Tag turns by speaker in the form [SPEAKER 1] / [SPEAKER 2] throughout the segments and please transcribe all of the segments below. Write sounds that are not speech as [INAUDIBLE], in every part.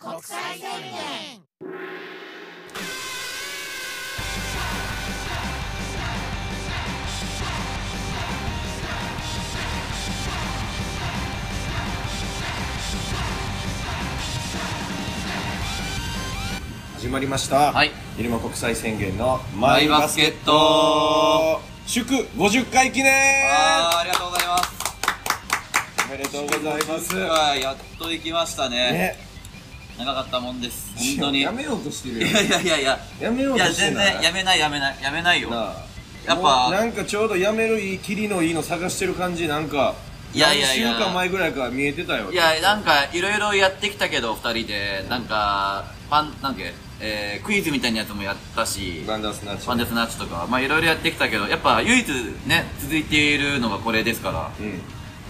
[SPEAKER 1] 国際宣言
[SPEAKER 2] 始まりました。
[SPEAKER 3] はい。
[SPEAKER 2] 入間国際宣言の
[SPEAKER 3] マイバスケット
[SPEAKER 2] 祝50回記念
[SPEAKER 3] あーありがとうございます。
[SPEAKER 2] おめでとうございます。
[SPEAKER 3] はい、やっと行きましたね。
[SPEAKER 2] ね、
[SPEAKER 3] 長かったもんです。本当に。い
[SPEAKER 2] や
[SPEAKER 3] や
[SPEAKER 2] めようとしてるよ。
[SPEAKER 3] いやいやいや。
[SPEAKER 2] やめよう
[SPEAKER 3] い
[SPEAKER 2] と
[SPEAKER 3] や、
[SPEAKER 2] して
[SPEAKER 3] 全
[SPEAKER 2] ない。
[SPEAKER 3] 然、やめないやめない。やめないよ。
[SPEAKER 2] なあ
[SPEAKER 3] やっ
[SPEAKER 2] もうな
[SPEAKER 3] ぱ、
[SPEAKER 2] んかちょうどやめるいい、キリのいいの探してる感じ、なんか、
[SPEAKER 3] いやいやいや
[SPEAKER 2] 何週間前ぐらいから見えてたよ。
[SPEAKER 3] いや、なんか、いろいろやってきたけど、二人で、なんか、パン、なんか、えー、クイズみたいなやつもやったし、
[SPEAKER 2] ガンダースナッチ。
[SPEAKER 3] パンデスナッチとか、まあいろいろやってきたけど、やっぱ唯一ね、続いているのがこれですから、
[SPEAKER 2] うん。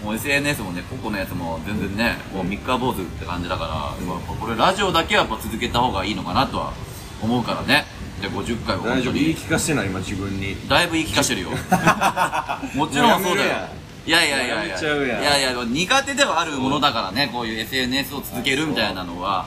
[SPEAKER 3] もう SNS もね、個々のやつも全然ね、もう三日坊主って感じだから、やっぱこれラジオだけはやっぱ続けた方がいいのかなとは思うからね。で、50回は
[SPEAKER 2] 大
[SPEAKER 3] 本
[SPEAKER 2] 丈
[SPEAKER 3] 当
[SPEAKER 2] 夫、言い
[SPEAKER 3] に、
[SPEAKER 2] 聞かせてない、今自分に。
[SPEAKER 3] だいぶ言い聞かしてるよ。 [LAUGHS] もちろんそうだよ。いやいやいや
[SPEAKER 2] や
[SPEAKER 3] いや
[SPEAKER 2] めちゃうやん
[SPEAKER 3] いやいや、苦手ではあるものだからね、こういう SNS を続けるみたいなのは、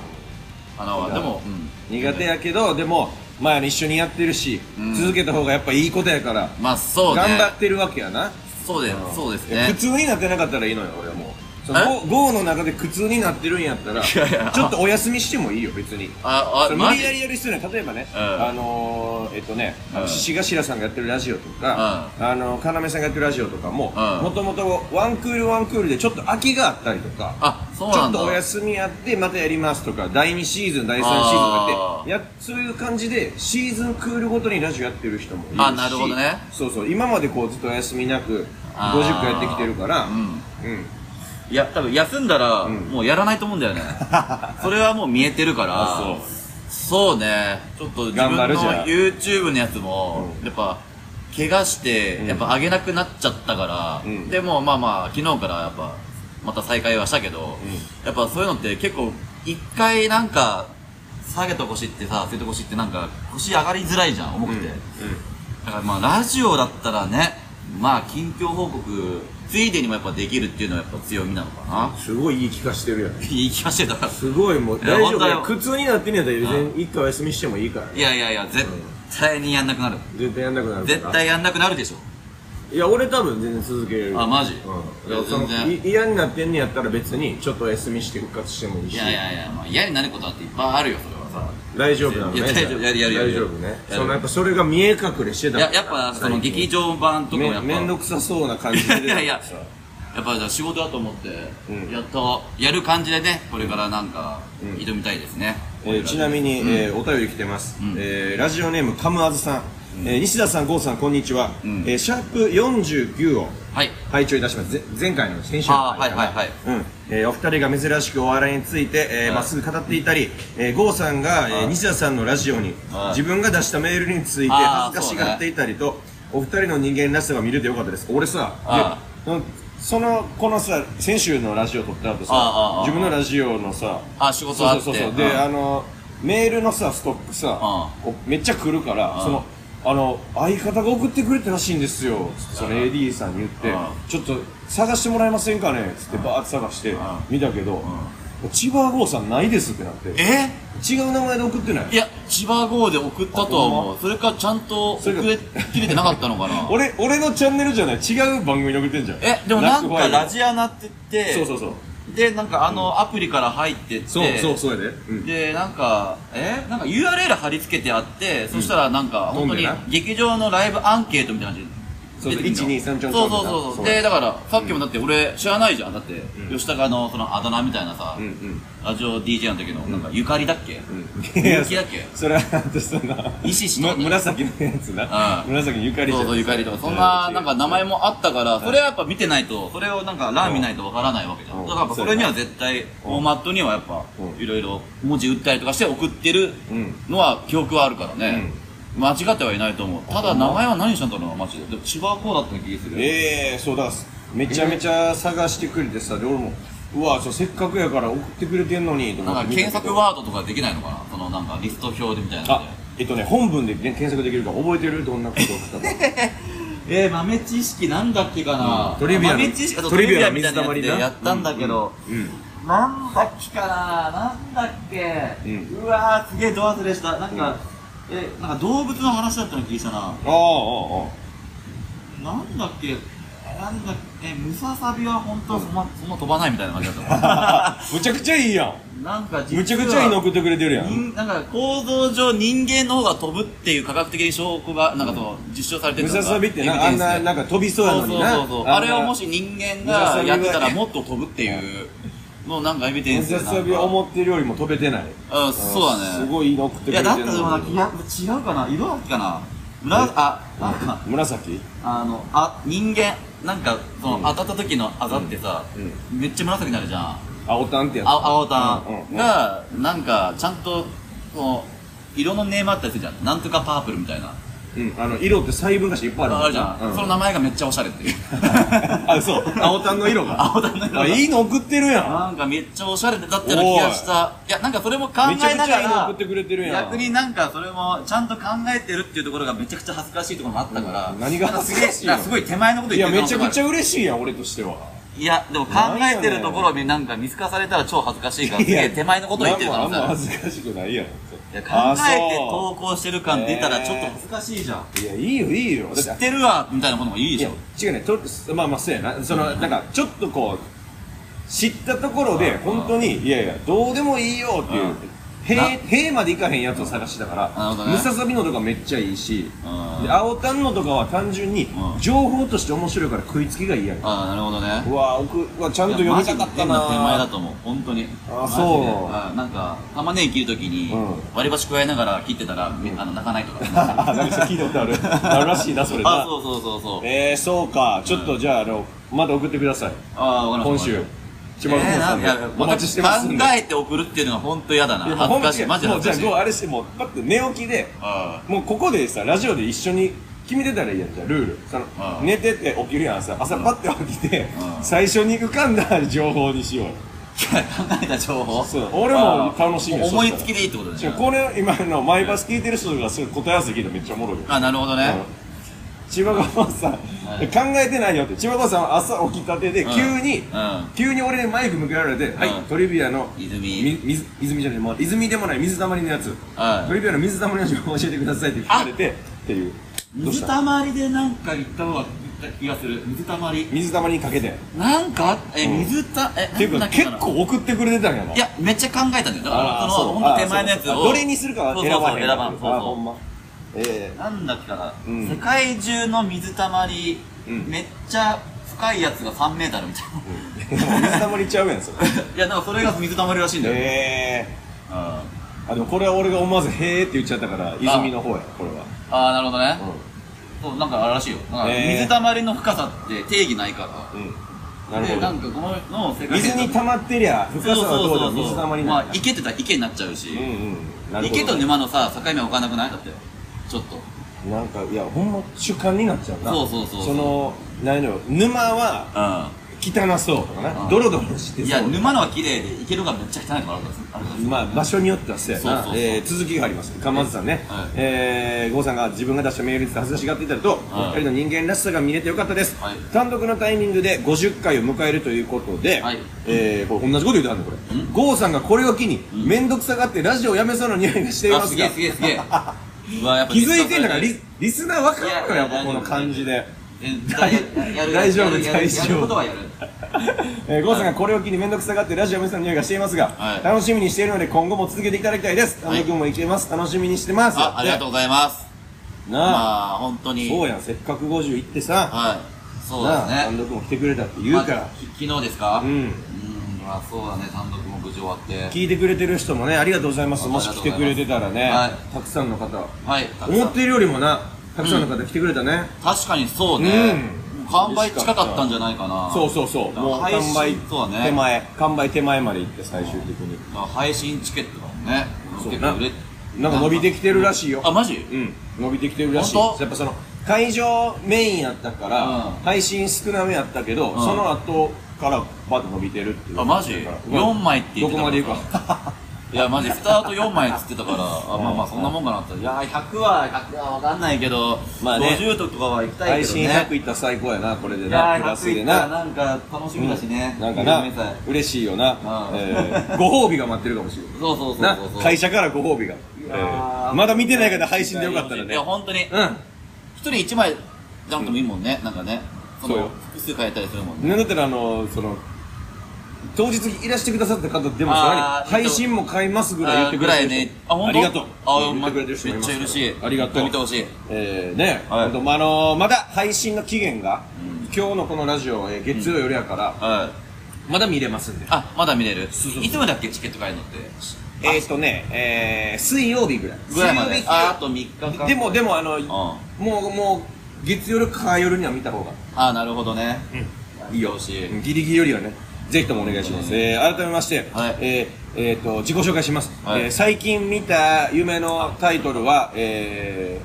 [SPEAKER 3] あの、でも、うん
[SPEAKER 2] 苦手やけど、でも、前に一緒にやってるし、
[SPEAKER 3] うん
[SPEAKER 2] 続けた方がやっぱいいことやから、
[SPEAKER 3] まあそうね。
[SPEAKER 2] 頑張ってるわけやな。
[SPEAKER 3] そうで
[SPEAKER 2] うん
[SPEAKER 3] そうです
[SPEAKER 2] いや苦。
[SPEAKER 3] ね
[SPEAKER 2] 痛になってなかったらいいのよ俺はもうそ
[SPEAKER 3] え
[SPEAKER 2] の GO の中で苦痛になってるんやった
[SPEAKER 3] [LAUGHS]
[SPEAKER 2] ら
[SPEAKER 3] いやいや
[SPEAKER 2] ちょっとお休みしてもいいよ別に
[SPEAKER 3] あ、
[SPEAKER 2] そ
[SPEAKER 3] あ、
[SPEAKER 2] れ無
[SPEAKER 3] マ
[SPEAKER 2] 理
[SPEAKER 3] ジ
[SPEAKER 2] やりやる必要ない例えばね、
[SPEAKER 3] うん
[SPEAKER 2] あのー、えっとねあの
[SPEAKER 3] うん
[SPEAKER 2] 獅子頭さんがやってるラジオとか、あの要さんがやってるラジオとかも
[SPEAKER 3] うん
[SPEAKER 2] もともとワンクールワンクールでちょっと空きがあったりとか
[SPEAKER 3] あ、そう
[SPEAKER 2] ち
[SPEAKER 3] な
[SPEAKER 2] ょっ
[SPEAKER 3] んだ。
[SPEAKER 2] とお休みやってまたやりますとか第2シーズン第3シーズンとかやっ
[SPEAKER 3] あ
[SPEAKER 2] てや
[SPEAKER 3] ー
[SPEAKER 2] そういう感じでシーズンクールごとにラジオやってる人もいるし
[SPEAKER 3] あなるほどね
[SPEAKER 2] そうそう今までこうずっとお休みなく
[SPEAKER 3] あー
[SPEAKER 2] 50回やってきてるからう、
[SPEAKER 3] うんん。いや、多分休んだら、
[SPEAKER 2] ん
[SPEAKER 3] もうやらないと思うんだ
[SPEAKER 2] [LAUGHS]
[SPEAKER 3] よね。それはもう見えてるから。
[SPEAKER 2] あ
[SPEAKER 3] そう。ね。ちょっと自
[SPEAKER 2] 頑
[SPEAKER 3] 分
[SPEAKER 2] 張る
[SPEAKER 3] の
[SPEAKER 2] じゃあ
[SPEAKER 3] YouTube のやつも、やっぱ、怪我して、
[SPEAKER 2] ん
[SPEAKER 3] やっぱ上げなくなっちゃったから、
[SPEAKER 2] うん
[SPEAKER 3] でもまあまあ、昨日からやっぱ、また再開はしたけど、やっぱそういうのって結構、一回なんか、下げと腰ってさ、背と腰ってなんか、腰上がりづらいじゃん、重くて。だからまあラジオだったらねまあ近況報告ついでにもやっぱできるっていうのはやっぱ強みなのかな
[SPEAKER 2] すごいいい気がしてるやん
[SPEAKER 3] 言いきましてたから
[SPEAKER 2] すごいもう
[SPEAKER 3] いや
[SPEAKER 2] 大丈夫だよ
[SPEAKER 3] 本当
[SPEAKER 2] 苦
[SPEAKER 3] よ
[SPEAKER 2] 痛になってんやったら全然一回お休みしてもいいから
[SPEAKER 3] いやいやいや絶対にやんなくなる
[SPEAKER 2] 絶対やんなくなるから
[SPEAKER 3] 絶対やんなくなるでしょ
[SPEAKER 2] いや俺多分全然続けれる
[SPEAKER 3] あマジ
[SPEAKER 2] うん、
[SPEAKER 3] いや
[SPEAKER 2] だからその
[SPEAKER 3] 全然
[SPEAKER 2] い嫌になってんねやったら別にちょっとお休みして復活してもいいし
[SPEAKER 3] いやいやいや、まあ、嫌になることだっていっぱいあるよそれは
[SPEAKER 2] 大丈夫なのね
[SPEAKER 3] いや大丈夫やるやるやる
[SPEAKER 2] 大丈夫ね
[SPEAKER 3] やる
[SPEAKER 2] そのやっぱそれが見え隠れして
[SPEAKER 3] さ
[SPEAKER 2] た
[SPEAKER 3] ややっぱその劇場版とかもや
[SPEAKER 2] め
[SPEAKER 3] っぱ
[SPEAKER 2] めんどくさそうな感じで
[SPEAKER 3] [LAUGHS] いやいややっぱじゃあ仕事だと思って、
[SPEAKER 2] うん
[SPEAKER 3] やっとやる感じでねこれからなんか挑みたいですね、
[SPEAKER 2] えーちなみに、えーお便り来てます、
[SPEAKER 3] ん
[SPEAKER 2] えーラジオネームカムアズさん、えー西田さん郷さんこんにちは、
[SPEAKER 3] うん
[SPEAKER 2] えーシャープ49を
[SPEAKER 3] はい
[SPEAKER 2] 拝聴いたしますぜ前回の先週の回かな
[SPEAKER 3] あーはいはい
[SPEAKER 2] うんえーお二人が珍しくお笑いについて、えー
[SPEAKER 3] はい
[SPEAKER 2] まっすぐ語っていたり、えー、郷さんが、えー
[SPEAKER 3] はい
[SPEAKER 2] 西田さんのラジオに
[SPEAKER 3] はい
[SPEAKER 2] 自分が出したメールについて
[SPEAKER 3] あ
[SPEAKER 2] 恥
[SPEAKER 3] ー
[SPEAKER 2] ずかしがっていたりと、お二人の人間らしさが見れてよかったです俺さ
[SPEAKER 3] あ
[SPEAKER 2] でうんそのこのさ先週のラジオ撮った後さ
[SPEAKER 3] あーあーあー
[SPEAKER 2] 自分のラジオのさ
[SPEAKER 3] あ仕事あって
[SPEAKER 2] そうそうそうそうで、
[SPEAKER 3] うん
[SPEAKER 2] あのメールのさストックさ
[SPEAKER 3] う
[SPEAKER 2] めっちゃ来るから、
[SPEAKER 3] うん
[SPEAKER 2] そのあの相方が送ってくれたらしいんですよつってその
[SPEAKER 3] うん
[SPEAKER 2] AD さんに言って、
[SPEAKER 3] うん
[SPEAKER 2] ちょっと探してもらえませんかねつってバーって探して、
[SPEAKER 3] ん
[SPEAKER 2] 見たけど、千葉郷さんないですってなって
[SPEAKER 3] え
[SPEAKER 2] 違う名前で送ってない
[SPEAKER 3] いや、千葉号で送ったとは
[SPEAKER 2] あほん
[SPEAKER 3] 思う。それか、ちゃんと送れ、切れてなかったのか
[SPEAKER 2] [LAUGHS]
[SPEAKER 3] な。
[SPEAKER 2] 俺俺のチャンネルじゃない違う番組に送ってんじゃん
[SPEAKER 3] え、でもなんか、ラ
[SPEAKER 2] ジ
[SPEAKER 3] ジアナって言って、
[SPEAKER 2] そうそうそう
[SPEAKER 3] で、なんか、あの、アプリから入ってって、
[SPEAKER 2] そうそうそうやで、うん
[SPEAKER 3] で、なんか、えなんか URL 貼り付けてあって、そしたらなんか、
[SPEAKER 2] 飛ん
[SPEAKER 3] 本当
[SPEAKER 2] で
[SPEAKER 3] に
[SPEAKER 2] な、
[SPEAKER 3] 劇場のライブアンケートみたいな感じ
[SPEAKER 2] そう
[SPEAKER 3] で
[SPEAKER 2] そう
[SPEAKER 3] 出てきたの。
[SPEAKER 2] 123ちょんちょ
[SPEAKER 3] そ
[SPEAKER 2] ん
[SPEAKER 3] う
[SPEAKER 2] みたい
[SPEAKER 3] そう
[SPEAKER 2] な
[SPEAKER 3] そうそ
[SPEAKER 2] そう
[SPEAKER 3] う。で、だから、さっきもだって俺、知らないじゃん。だって、
[SPEAKER 2] ん
[SPEAKER 3] 吉高のそのあだ名みたいなさ、
[SPEAKER 2] うんうん
[SPEAKER 3] ラジオ DJ の時の、なんか、ゆかりだっけ、
[SPEAKER 2] いや
[SPEAKER 3] ゆきだっけ
[SPEAKER 2] それ [LAUGHS] は私そんな
[SPEAKER 3] 石し
[SPEAKER 2] む
[SPEAKER 3] とんねん
[SPEAKER 2] 紫のやつな
[SPEAKER 3] うん
[SPEAKER 2] 紫のゆかりじゃ
[SPEAKER 3] そ
[SPEAKER 2] ん
[SPEAKER 3] うそうゆかりとかそんな
[SPEAKER 2] う
[SPEAKER 3] なんか名前もあったからそれはやっぱ見てないとそれをなんか欄見ないとわからないわけじゃ
[SPEAKER 2] うん
[SPEAKER 3] んだからやっぱそれには絶対フォーマットにはやっぱ
[SPEAKER 2] うん
[SPEAKER 3] いろいろ文字打ったりとかして送ってる
[SPEAKER 2] うん
[SPEAKER 3] のは記憶はあるからね間違ってはいないと思うただ名前は何したんだろうなマジででも千葉こうだった気がする
[SPEAKER 2] ええそうだめちゃめちゃ探してくれてさで俺もうわそうせっかくやから送ってくれてんのにと思
[SPEAKER 3] な
[SPEAKER 2] っ
[SPEAKER 3] ん
[SPEAKER 2] て
[SPEAKER 3] か
[SPEAKER 2] 見た
[SPEAKER 3] 検
[SPEAKER 2] けど
[SPEAKER 3] 索ワードとかできないのかなそのなんかリスト表でみたいなの
[SPEAKER 2] あえっとね本文で検索できるから覚えてるどんなことを送ったか
[SPEAKER 3] でえー豆知識なんだっけかな
[SPEAKER 2] トリビアの
[SPEAKER 3] 豆知識あと
[SPEAKER 2] ト
[SPEAKER 3] ト
[SPEAKER 2] リ
[SPEAKER 3] リ
[SPEAKER 2] ビ
[SPEAKER 3] ビ
[SPEAKER 2] ア
[SPEAKER 3] ア
[SPEAKER 2] の
[SPEAKER 3] み
[SPEAKER 2] 水
[SPEAKER 3] たいな
[SPEAKER 2] 溜
[SPEAKER 3] や
[SPEAKER 2] り
[SPEAKER 3] つ
[SPEAKER 2] な
[SPEAKER 3] でやったんだけど
[SPEAKER 2] うん
[SPEAKER 3] なんだっけかななんだっけ、
[SPEAKER 2] う
[SPEAKER 3] わーすげえド忘れしたなんか、えなんか動物の話だったの聞いたな
[SPEAKER 2] ああああ
[SPEAKER 3] なんだっけなんだっけえムササビは本当はそんな,、そんな飛ばないみたいな感じだった
[SPEAKER 2] あむちゃくちゃいいや [LAUGHS]
[SPEAKER 3] のなんか
[SPEAKER 2] ん
[SPEAKER 3] 実は
[SPEAKER 2] むちゃくちゃいいの送ってくれてるやん
[SPEAKER 3] 人なんか構造上人間の方が飛ぶっていう科学的証拠がなんかその実証されて
[SPEAKER 2] ム
[SPEAKER 3] るのが
[SPEAKER 2] ササビってなあ
[SPEAKER 3] エ
[SPEAKER 2] ん
[SPEAKER 3] ビデンスで
[SPEAKER 2] ななんか飛びそうや
[SPEAKER 3] そ
[SPEAKER 2] の
[SPEAKER 3] う
[SPEAKER 2] に
[SPEAKER 3] そう
[SPEAKER 2] な
[SPEAKER 3] そうそうあれをもし人間がやってたらもっと飛ぶっていうのをなんかエビデン
[SPEAKER 2] ム
[SPEAKER 3] スで
[SPEAKER 2] サ
[SPEAKER 3] なん
[SPEAKER 2] サビは
[SPEAKER 3] か
[SPEAKER 2] 思ってるよりも飛べてない
[SPEAKER 3] あそうだね
[SPEAKER 2] すごいいいの送ってく
[SPEAKER 3] い
[SPEAKER 2] れ
[SPEAKER 3] や
[SPEAKER 2] てる
[SPEAKER 3] だ
[SPEAKER 2] の
[SPEAKER 3] った
[SPEAKER 2] に
[SPEAKER 3] らでもなんかいや違うかな色だっけかな村あなんか
[SPEAKER 2] 紫
[SPEAKER 3] あのあ人間なんかその、
[SPEAKER 2] うん
[SPEAKER 3] 当たった時のあざってさ、めっちゃ紫になるじゃんあ
[SPEAKER 2] 青タンってやつ
[SPEAKER 3] 青タ
[SPEAKER 2] うんうんう
[SPEAKER 3] ン
[SPEAKER 2] ん
[SPEAKER 3] が、なんかちゃんとその色のネームあったりするじゃんなんとかパープルみたいな
[SPEAKER 2] うんあの色って細分化していっぱいある
[SPEAKER 3] あるじゃん、
[SPEAKER 2] う
[SPEAKER 3] その名前がめっちゃオシャレっていう
[SPEAKER 2] あそう青タンの色が
[SPEAKER 3] [LAUGHS] 青タンの色が
[SPEAKER 2] あいいの送ってるやん
[SPEAKER 3] なんかめっちゃオシャレだったような気がしたいやなんかそれも考え
[SPEAKER 2] めちゃく
[SPEAKER 3] な
[SPEAKER 2] ちゃ
[SPEAKER 3] が
[SPEAKER 2] いいの
[SPEAKER 3] ら
[SPEAKER 2] 送ってくれてるやん
[SPEAKER 3] 逆になんかそれもちゃんと考えてるっていうところがめちゃくちゃ恥ずかしいところもあったから、
[SPEAKER 2] うん何が恥ずかしいの
[SPEAKER 3] なんすごい手前のこと
[SPEAKER 2] い
[SPEAKER 3] 言
[SPEAKER 2] や
[SPEAKER 3] ってる
[SPEAKER 2] めちゃくち
[SPEAKER 3] ゃ
[SPEAKER 2] ゃ嬉しいやん俺としてはい
[SPEAKER 3] やでも考えてるところになんか見透かされたら超恥ずかしいからすげえ手前のこと言ってるか
[SPEAKER 2] な
[SPEAKER 3] ら
[SPEAKER 2] んもあんま
[SPEAKER 3] さ
[SPEAKER 2] 恥ずかしくないやん
[SPEAKER 3] いや考えて
[SPEAKER 2] あ
[SPEAKER 3] 投稿してる感出たらちょっと恥ずかしいじゃん、
[SPEAKER 2] そういやいいよいいよ
[SPEAKER 3] 知ってるわみたいなものもいい
[SPEAKER 2] い
[SPEAKER 3] でし
[SPEAKER 2] や
[SPEAKER 3] ょ
[SPEAKER 2] 違うねとまあまあそうやなそのなんかちょっとこう知ったところで本当にいやいやどうでもいいよっていううん
[SPEAKER 3] な
[SPEAKER 2] 塀塀までいかへんやつを探してたか
[SPEAKER 3] なるほ
[SPEAKER 2] ら
[SPEAKER 3] どね
[SPEAKER 2] ムササビのとかめっちゃいいし
[SPEAKER 3] うん
[SPEAKER 2] で青タンのとかは単純に
[SPEAKER 3] うん
[SPEAKER 2] 情報として面白いから食いつきがいいやんか
[SPEAKER 3] ああなるほどね
[SPEAKER 2] うわ奥うわちゃんと
[SPEAKER 3] い
[SPEAKER 2] 読
[SPEAKER 3] やマ
[SPEAKER 2] み
[SPEAKER 3] ジ
[SPEAKER 2] た
[SPEAKER 3] で
[SPEAKER 2] かった
[SPEAKER 3] 変な手前だ
[SPEAKER 2] な
[SPEAKER 3] と思う本当に
[SPEAKER 2] あ
[SPEAKER 3] マジで
[SPEAKER 2] そう
[SPEAKER 3] あなんか玉ねぎ切るときに
[SPEAKER 2] うん
[SPEAKER 3] 割り箸加えながら切ってたら、みあの泣かないと [LAUGHS] か
[SPEAKER 2] [LAUGHS] あなんか聞いたことある
[SPEAKER 3] [LAUGHS]
[SPEAKER 2] あるらしいなそれ
[SPEAKER 3] あ
[SPEAKER 2] な
[SPEAKER 3] そうそうそうそう
[SPEAKER 2] えー、そうかちょっとじゃああのまた送ってください
[SPEAKER 3] ああわかり
[SPEAKER 2] 今
[SPEAKER 3] ました
[SPEAKER 2] 週
[SPEAKER 3] え
[SPEAKER 2] 千葉
[SPEAKER 3] ー、
[SPEAKER 2] さ
[SPEAKER 3] なんん
[SPEAKER 2] で
[SPEAKER 3] か
[SPEAKER 2] お待ちしてますんで
[SPEAKER 3] 考えて送るっていうのは本当嫌だな。
[SPEAKER 2] いや
[SPEAKER 3] 恥ずかしい。マジで
[SPEAKER 2] もうじゃ
[SPEAKER 3] 恥ずか
[SPEAKER 2] あ
[SPEAKER 3] しい。
[SPEAKER 2] こうあれしてもうパッと寝起きで
[SPEAKER 3] あ
[SPEAKER 2] もうここでさラジオで一緒に決めてたらいいやんじゃあルールその
[SPEAKER 3] ああ
[SPEAKER 2] 寝てて起きるやん朝朝パッて起きて
[SPEAKER 3] ああ
[SPEAKER 2] 最初に浮かんだ情報にしようよ
[SPEAKER 3] あ考 [LAUGHS] えた情報
[SPEAKER 2] そう俺も楽しみ
[SPEAKER 3] あ
[SPEAKER 2] よそしたら
[SPEAKER 3] あ思いつきでいいってこと
[SPEAKER 2] じ
[SPEAKER 3] ね
[SPEAKER 2] ゃあ。これ今のマイバス聞いてる人がそれ答え合わせ聞いたらめっちゃおもろいよ
[SPEAKER 3] あ、なるほどね。
[SPEAKER 2] 千葉川さん考
[SPEAKER 3] い
[SPEAKER 2] えてないよって千葉川さんは朝起きたてで
[SPEAKER 3] うん
[SPEAKER 2] 急に
[SPEAKER 3] うん
[SPEAKER 2] 急に俺にマイク向けられて「は
[SPEAKER 3] うん
[SPEAKER 2] いトリビアの
[SPEAKER 3] 泉。
[SPEAKER 2] み水泉じゃないもう泉でもない水たまりのやつ
[SPEAKER 3] はい
[SPEAKER 2] トリビアの水たまりの情報を教えてくださいって聞かれてっていうどうし
[SPEAKER 3] 水
[SPEAKER 2] た
[SPEAKER 3] たまりでなんか言った方が言った気がする。水たまり。
[SPEAKER 2] 水たまりにかけてっ
[SPEAKER 3] なんかあっ、え、
[SPEAKER 2] うん
[SPEAKER 3] 水た、え、
[SPEAKER 2] ていうか
[SPEAKER 3] なんだっけ
[SPEAKER 2] 結
[SPEAKER 3] かな
[SPEAKER 2] 構送ってくれてたんやない
[SPEAKER 3] や、めっちゃ考えたんだよ。だから、
[SPEAKER 2] あー
[SPEAKER 3] その、
[SPEAKER 2] そう
[SPEAKER 3] ほんと
[SPEAKER 2] あー
[SPEAKER 3] 手前のやつ
[SPEAKER 2] そう
[SPEAKER 3] を。
[SPEAKER 2] どれにするかは
[SPEAKER 3] そう
[SPEAKER 2] 選
[SPEAKER 3] そう
[SPEAKER 2] ば
[SPEAKER 3] そう
[SPEAKER 2] へん
[SPEAKER 3] 選ばん。そう
[SPEAKER 2] あほん
[SPEAKER 3] そ
[SPEAKER 2] まえ
[SPEAKER 3] う。なんだっけかな。
[SPEAKER 2] うん
[SPEAKER 3] 世界中の水たまり、
[SPEAKER 2] うん
[SPEAKER 3] めっちゃ深いやつが3メーターみたいな。
[SPEAKER 2] え水たまりちゃうやんそれ
[SPEAKER 3] [LAUGHS] いや、なんかそれが水たまりらしいんだよ。
[SPEAKER 2] え
[SPEAKER 3] うんあ
[SPEAKER 2] ーあでもこれは俺が思わず「へえ」って言っちゃったから泉の方やこれは
[SPEAKER 3] あ、なるほどね。
[SPEAKER 2] う
[SPEAKER 3] そう、なんかあれらしいよ。なんか
[SPEAKER 2] へー
[SPEAKER 3] 水たまりの深さって定義ないから。
[SPEAKER 2] んうんなる
[SPEAKER 3] で、
[SPEAKER 2] ほ
[SPEAKER 3] な
[SPEAKER 2] ど
[SPEAKER 3] んかこの世の世界
[SPEAKER 2] 水に溜まってりゃ深さはどうでも水たまり
[SPEAKER 3] ま
[SPEAKER 2] な
[SPEAKER 3] あ
[SPEAKER 2] ん、や
[SPEAKER 3] 池って言ったら池になっちゃうし。
[SPEAKER 2] うんうんなるほど
[SPEAKER 3] 池と沼のさ、境目は分かんなくないだって。ちょっと。
[SPEAKER 2] なんかいやほんま主観になっちゃうな
[SPEAKER 3] そうそうそうそう
[SPEAKER 2] そのないのよ沼は
[SPEAKER 3] うん。
[SPEAKER 2] 汚そうとか
[SPEAKER 3] う
[SPEAKER 2] なんドロドロしてそう
[SPEAKER 3] いや、沼のは綺麗で、池のがめっちゃ汚いとこあるからです。
[SPEAKER 2] まあ場所によってはそうやな
[SPEAKER 3] そうそうそう
[SPEAKER 2] えー続きがありますかまずさんね、
[SPEAKER 3] はい
[SPEAKER 2] えー、郷さんが自分が出したメールで恥ずかしがっていたのと、
[SPEAKER 3] はい
[SPEAKER 2] お二人の人間らしさが見れてよかったです、
[SPEAKER 3] はい
[SPEAKER 2] 単独のタイミングで50回を迎えるということで、
[SPEAKER 3] はい
[SPEAKER 2] えー、これ同じこと言うてはんのこれ郷さんがこれを機に面倒くさがってラジオをやめそうな匂いがしてい
[SPEAKER 3] あ、
[SPEAKER 2] ますす
[SPEAKER 3] げ
[SPEAKER 2] が
[SPEAKER 3] えすげえす
[SPEAKER 2] [LAUGHS]
[SPEAKER 3] げえ。うわ、やっぱ
[SPEAKER 2] 気づいてんだから
[SPEAKER 3] リ
[SPEAKER 2] リリスナーわかるの
[SPEAKER 3] い
[SPEAKER 2] よ
[SPEAKER 3] や
[SPEAKER 2] やっぱこの感じで。大丈
[SPEAKER 3] 大丈夫
[SPEAKER 2] 夫
[SPEAKER 3] やる
[SPEAKER 2] 大丈夫
[SPEAKER 3] やることはやる。
[SPEAKER 2] えー、ゴーさんがこれを機に面倒くさがってラジオ無線の匂いがしていますが、
[SPEAKER 3] はい
[SPEAKER 2] 楽しみにしているので今後も続けていただきたいです。
[SPEAKER 3] はい
[SPEAKER 2] 単独も行けます。楽しみにしてます。
[SPEAKER 3] あ、ありがとうございます。
[SPEAKER 2] う。なあ、
[SPEAKER 3] まあ、本当に。
[SPEAKER 2] そうやん、せっかく50行ってさ、
[SPEAKER 3] はい。そう
[SPEAKER 2] な
[SPEAKER 3] で
[SPEAKER 2] あ、
[SPEAKER 3] す
[SPEAKER 2] 単
[SPEAKER 3] ね。
[SPEAKER 2] 独も来てくれたって言うから
[SPEAKER 3] まあ。き昨日ですか
[SPEAKER 2] う
[SPEAKER 3] うん、
[SPEAKER 2] ん。
[SPEAKER 3] まあそうだね、単独も無事終わって。
[SPEAKER 2] 聞いてくれてる人もね、ありがとうございます。
[SPEAKER 3] あ
[SPEAKER 2] もし来てくれてたらね、
[SPEAKER 3] はい
[SPEAKER 2] たくさんの方、
[SPEAKER 3] はい、たくさ
[SPEAKER 2] 思
[SPEAKER 3] ん
[SPEAKER 2] っているよりもな、たくさんの方来てくれたね。
[SPEAKER 3] 確かにそうね。
[SPEAKER 2] うん
[SPEAKER 3] もう完売近かったんじゃないかな。
[SPEAKER 2] そうそうそう。
[SPEAKER 3] だから
[SPEAKER 2] もう
[SPEAKER 3] 配信
[SPEAKER 2] 完売
[SPEAKER 3] そうだね
[SPEAKER 2] 手前、完売手前まで行って最終的に。
[SPEAKER 3] だから配信チケットだもんね。
[SPEAKER 2] そう
[SPEAKER 3] 結
[SPEAKER 2] な
[SPEAKER 3] 構売れ
[SPEAKER 2] なんか伸びてきてるらしいよ。
[SPEAKER 3] あ、マジ
[SPEAKER 2] うん、伸びてきてるらしい
[SPEAKER 3] 本当
[SPEAKER 2] やっぱその会場メインやったから、
[SPEAKER 3] うん
[SPEAKER 2] 配信少なめやったけど、
[SPEAKER 3] うん
[SPEAKER 2] その後からバッと伸びてるっていう
[SPEAKER 3] あ、マジ
[SPEAKER 2] だから
[SPEAKER 3] ?4 枚って言
[SPEAKER 2] ど
[SPEAKER 3] って
[SPEAKER 2] こ
[SPEAKER 3] た
[SPEAKER 2] ま
[SPEAKER 3] ら
[SPEAKER 2] でいくか
[SPEAKER 3] いやマジスタート4枚つってた
[SPEAKER 2] [LAUGHS]
[SPEAKER 3] からあまあまあそんなもんかなといやー100は100は分かんないけど、
[SPEAKER 2] まあね
[SPEAKER 3] 50とかは行きたい
[SPEAKER 2] 配
[SPEAKER 3] けど
[SPEAKER 2] 信
[SPEAKER 3] ね
[SPEAKER 2] 100いったら最高やなこれで
[SPEAKER 3] い
[SPEAKER 2] な
[SPEAKER 3] やー
[SPEAKER 2] プラス
[SPEAKER 3] 100い
[SPEAKER 2] で
[SPEAKER 3] ったら
[SPEAKER 2] な
[SPEAKER 3] なんか楽しみだしね、
[SPEAKER 2] なんかな
[SPEAKER 3] 夢さえ
[SPEAKER 2] 嬉しいよな
[SPEAKER 3] うん
[SPEAKER 2] えーご褒美が待ってるかもしれない
[SPEAKER 3] そうそうそう
[SPEAKER 2] な
[SPEAKER 3] そうそう
[SPEAKER 2] 会社からご褒美が、え
[SPEAKER 3] やー
[SPEAKER 2] ーまだ見てない方配信でよかったら
[SPEAKER 3] い
[SPEAKER 2] ね
[SPEAKER 3] や本当に
[SPEAKER 2] う
[SPEAKER 3] 一人一枚ジャンプもいいもんね、なんかねそ
[SPEAKER 2] そうよ
[SPEAKER 3] の複数変えたりするもん
[SPEAKER 2] ん
[SPEAKER 3] ね
[SPEAKER 2] なんだったらあのその当日いらしてくださった方でもさ
[SPEAKER 3] あー
[SPEAKER 2] らに配信も買いますぐらい言っ
[SPEAKER 3] あ
[SPEAKER 2] て
[SPEAKER 3] ー
[SPEAKER 2] く
[SPEAKER 3] ぐ
[SPEAKER 2] れ
[SPEAKER 3] ら
[SPEAKER 2] て
[SPEAKER 3] い
[SPEAKER 2] る人
[SPEAKER 3] ねあ本当
[SPEAKER 2] ありがとう
[SPEAKER 3] あ
[SPEAKER 2] 言
[SPEAKER 3] ま
[SPEAKER 2] って
[SPEAKER 3] め
[SPEAKER 2] くれ
[SPEAKER 3] っ
[SPEAKER 2] る人
[SPEAKER 3] てち
[SPEAKER 2] もます
[SPEAKER 3] ゃ嬉しい
[SPEAKER 2] ありがとう
[SPEAKER 3] 見てほしい
[SPEAKER 2] えー、ね、
[SPEAKER 3] はい
[SPEAKER 2] ほんとまああのまだ配信の期限が、今日のこのラジオ、えー月曜夜やから、
[SPEAKER 3] はい
[SPEAKER 2] まだ見れますんで
[SPEAKER 3] あまだ見れる
[SPEAKER 2] そうそう
[SPEAKER 3] いつまでだっけチケット買えるのって
[SPEAKER 2] えー、っとね、えー、水曜日ぐらい
[SPEAKER 3] ぐらいまで
[SPEAKER 2] 水曜日
[SPEAKER 3] ああと3日か
[SPEAKER 2] でもでもあの、
[SPEAKER 3] うん
[SPEAKER 2] もうもう月曜夜火曜夜には見た方が
[SPEAKER 3] あなるほどね
[SPEAKER 2] いいよ
[SPEAKER 3] 欲しい
[SPEAKER 2] ギリギリよりはねぜひともお願いします、
[SPEAKER 3] うん
[SPEAKER 2] えー、改めまして、
[SPEAKER 3] はい
[SPEAKER 2] えーえーと自己紹介します、
[SPEAKER 3] はい
[SPEAKER 2] えー最近見た夢のタイトルは、え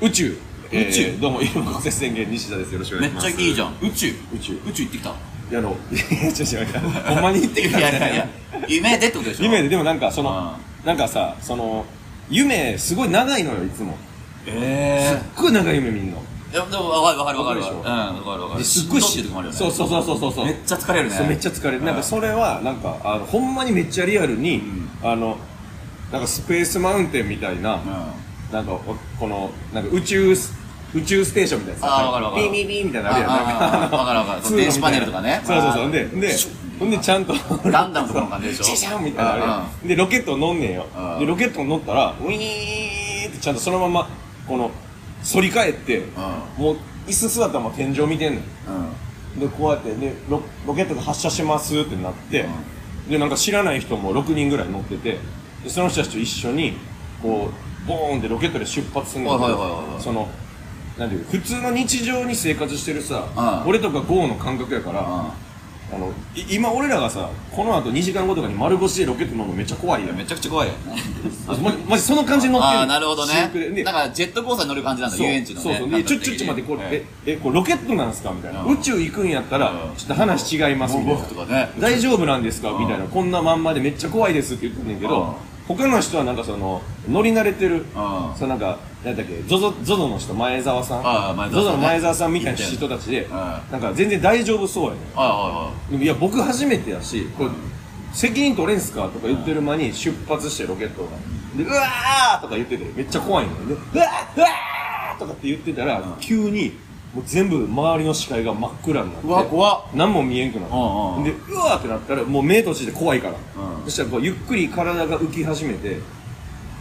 [SPEAKER 2] ー、宇宙えー
[SPEAKER 3] 宇宙
[SPEAKER 2] どうも今こせ宣言西田ですよろしくお
[SPEAKER 3] め
[SPEAKER 2] 願
[SPEAKER 3] っ
[SPEAKER 2] いします
[SPEAKER 3] ちゃいいじゃん宇宙
[SPEAKER 2] 宇宙
[SPEAKER 3] 宇宙行ってきた
[SPEAKER 2] いやあの [LAUGHS] ちょっと待ってほんまに言ってきた
[SPEAKER 3] い
[SPEAKER 2] んだよ
[SPEAKER 3] やいやいや夢でってことでしょ
[SPEAKER 2] 夢ででもなんかその
[SPEAKER 3] あ
[SPEAKER 2] なんかさその夢すごい長いのよいつもすっ
[SPEAKER 3] え
[SPEAKER 2] ごい長い夢見んの
[SPEAKER 3] えでもわかるわかるわかる
[SPEAKER 2] わかる
[SPEAKER 3] うん
[SPEAKER 2] で
[SPEAKER 3] わ
[SPEAKER 2] し
[SPEAKER 3] かるわかる
[SPEAKER 2] ですっごい
[SPEAKER 3] し
[SPEAKER 2] し
[SPEAKER 3] んどっていうとこもあるよね
[SPEAKER 2] そうそうそうそうそうそう
[SPEAKER 3] めっちゃ疲れるね
[SPEAKER 2] そうめっちゃ疲れる、
[SPEAKER 3] うん
[SPEAKER 2] なんかそれはなんかあのほんまにめっちゃリアルに、あのなんかスペースマウンテンみたいな、
[SPEAKER 3] うん
[SPEAKER 2] なんかおこのなんか宇宙ス宇宙ステーションみたいなさ
[SPEAKER 3] あーわかるわかる
[SPEAKER 2] ビービービーみたいなのあるやん
[SPEAKER 3] あー
[SPEAKER 2] なんか
[SPEAKER 3] わかるわかる
[SPEAKER 2] 通路みたいな
[SPEAKER 3] 電子パネルとかね
[SPEAKER 2] そうそうそう
[SPEAKER 3] あー
[SPEAKER 2] でで
[SPEAKER 3] シュッ
[SPEAKER 2] ほんでちゃんと
[SPEAKER 3] ガンダムとかの感じでしょ
[SPEAKER 2] シャシャンみたいなのあるやんでロケット乗んねんよ
[SPEAKER 3] うん
[SPEAKER 2] でロケット乗ったらウィーンってちゃんとそのままこの反り返ってもう椅子座ったらもう天井見てんの
[SPEAKER 3] うん
[SPEAKER 2] でこうやってでロロケットが発射しますってなって、でなんか知らない人も6人ぐらい乗っててでその人たちと一緒にこうボーンってロケットで出発するんだけど、
[SPEAKER 3] はいはいはいはい
[SPEAKER 2] そのなんていう普通の日常に生活してるさ、
[SPEAKER 3] うん
[SPEAKER 2] 俺とか GO の感覚やから、あ
[SPEAKER 3] う
[SPEAKER 2] のい今俺らがさこの後2時間後とかに丸腰でロケット乗るのめっちゃ怖いや
[SPEAKER 3] ん
[SPEAKER 2] ん
[SPEAKER 3] めちゃくちゃ怖いよね
[SPEAKER 2] あままじその感じに乗って
[SPEAKER 3] あ
[SPEAKER 2] る
[SPEAKER 3] あーなるほど
[SPEAKER 2] 私
[SPEAKER 3] ね
[SPEAKER 2] 服でで
[SPEAKER 3] だからジェットコースターに乗る感じなんだ
[SPEAKER 2] そう
[SPEAKER 3] 遊園地のね
[SPEAKER 2] そうそう
[SPEAKER 3] 感
[SPEAKER 2] でち
[SPEAKER 3] 覚
[SPEAKER 2] ょちょ
[SPEAKER 3] 的
[SPEAKER 2] ち
[SPEAKER 3] に
[SPEAKER 2] ょ待ってこれ、
[SPEAKER 3] うん
[SPEAKER 2] ええこれロケットなんですかみたいな、
[SPEAKER 3] うん
[SPEAKER 2] 宇宙行くんやったら、
[SPEAKER 3] うん
[SPEAKER 2] ちょっと話違いますみたいな、
[SPEAKER 3] 僕とかね
[SPEAKER 2] 大丈夫なんですか
[SPEAKER 3] うん
[SPEAKER 2] みたいなこんなまんまでめっちゃ怖いですって言ってんねんけ
[SPEAKER 3] う
[SPEAKER 2] ど
[SPEAKER 3] ん
[SPEAKER 2] 他の人はなんかその乗り慣れてる
[SPEAKER 3] ん
[SPEAKER 2] そのなんか何だっけ ZOZO ZOZO の人前澤さん
[SPEAKER 3] ああ前澤さんね
[SPEAKER 2] ZOZO の前澤さんみたいな人たちで
[SPEAKER 3] ん
[SPEAKER 2] なんか全然大丈夫そうやねん
[SPEAKER 3] はいはいはい
[SPEAKER 2] でもいや僕初めてやしこれ責任取れんすかとか言ってる間に出発してロケットがでうわーとか言っててめっちゃ怖いのよねうわーうわーとかって言ってたら
[SPEAKER 3] うん
[SPEAKER 2] 急にもう全部周りの視界が真っ暗になって
[SPEAKER 3] うわ怖っ
[SPEAKER 2] 何も見えんくなって
[SPEAKER 3] うんうんうん
[SPEAKER 2] でうわーってなったらもう目閉じて怖いから、
[SPEAKER 3] うん
[SPEAKER 2] そしたらこうゆっくり体が浮き始めて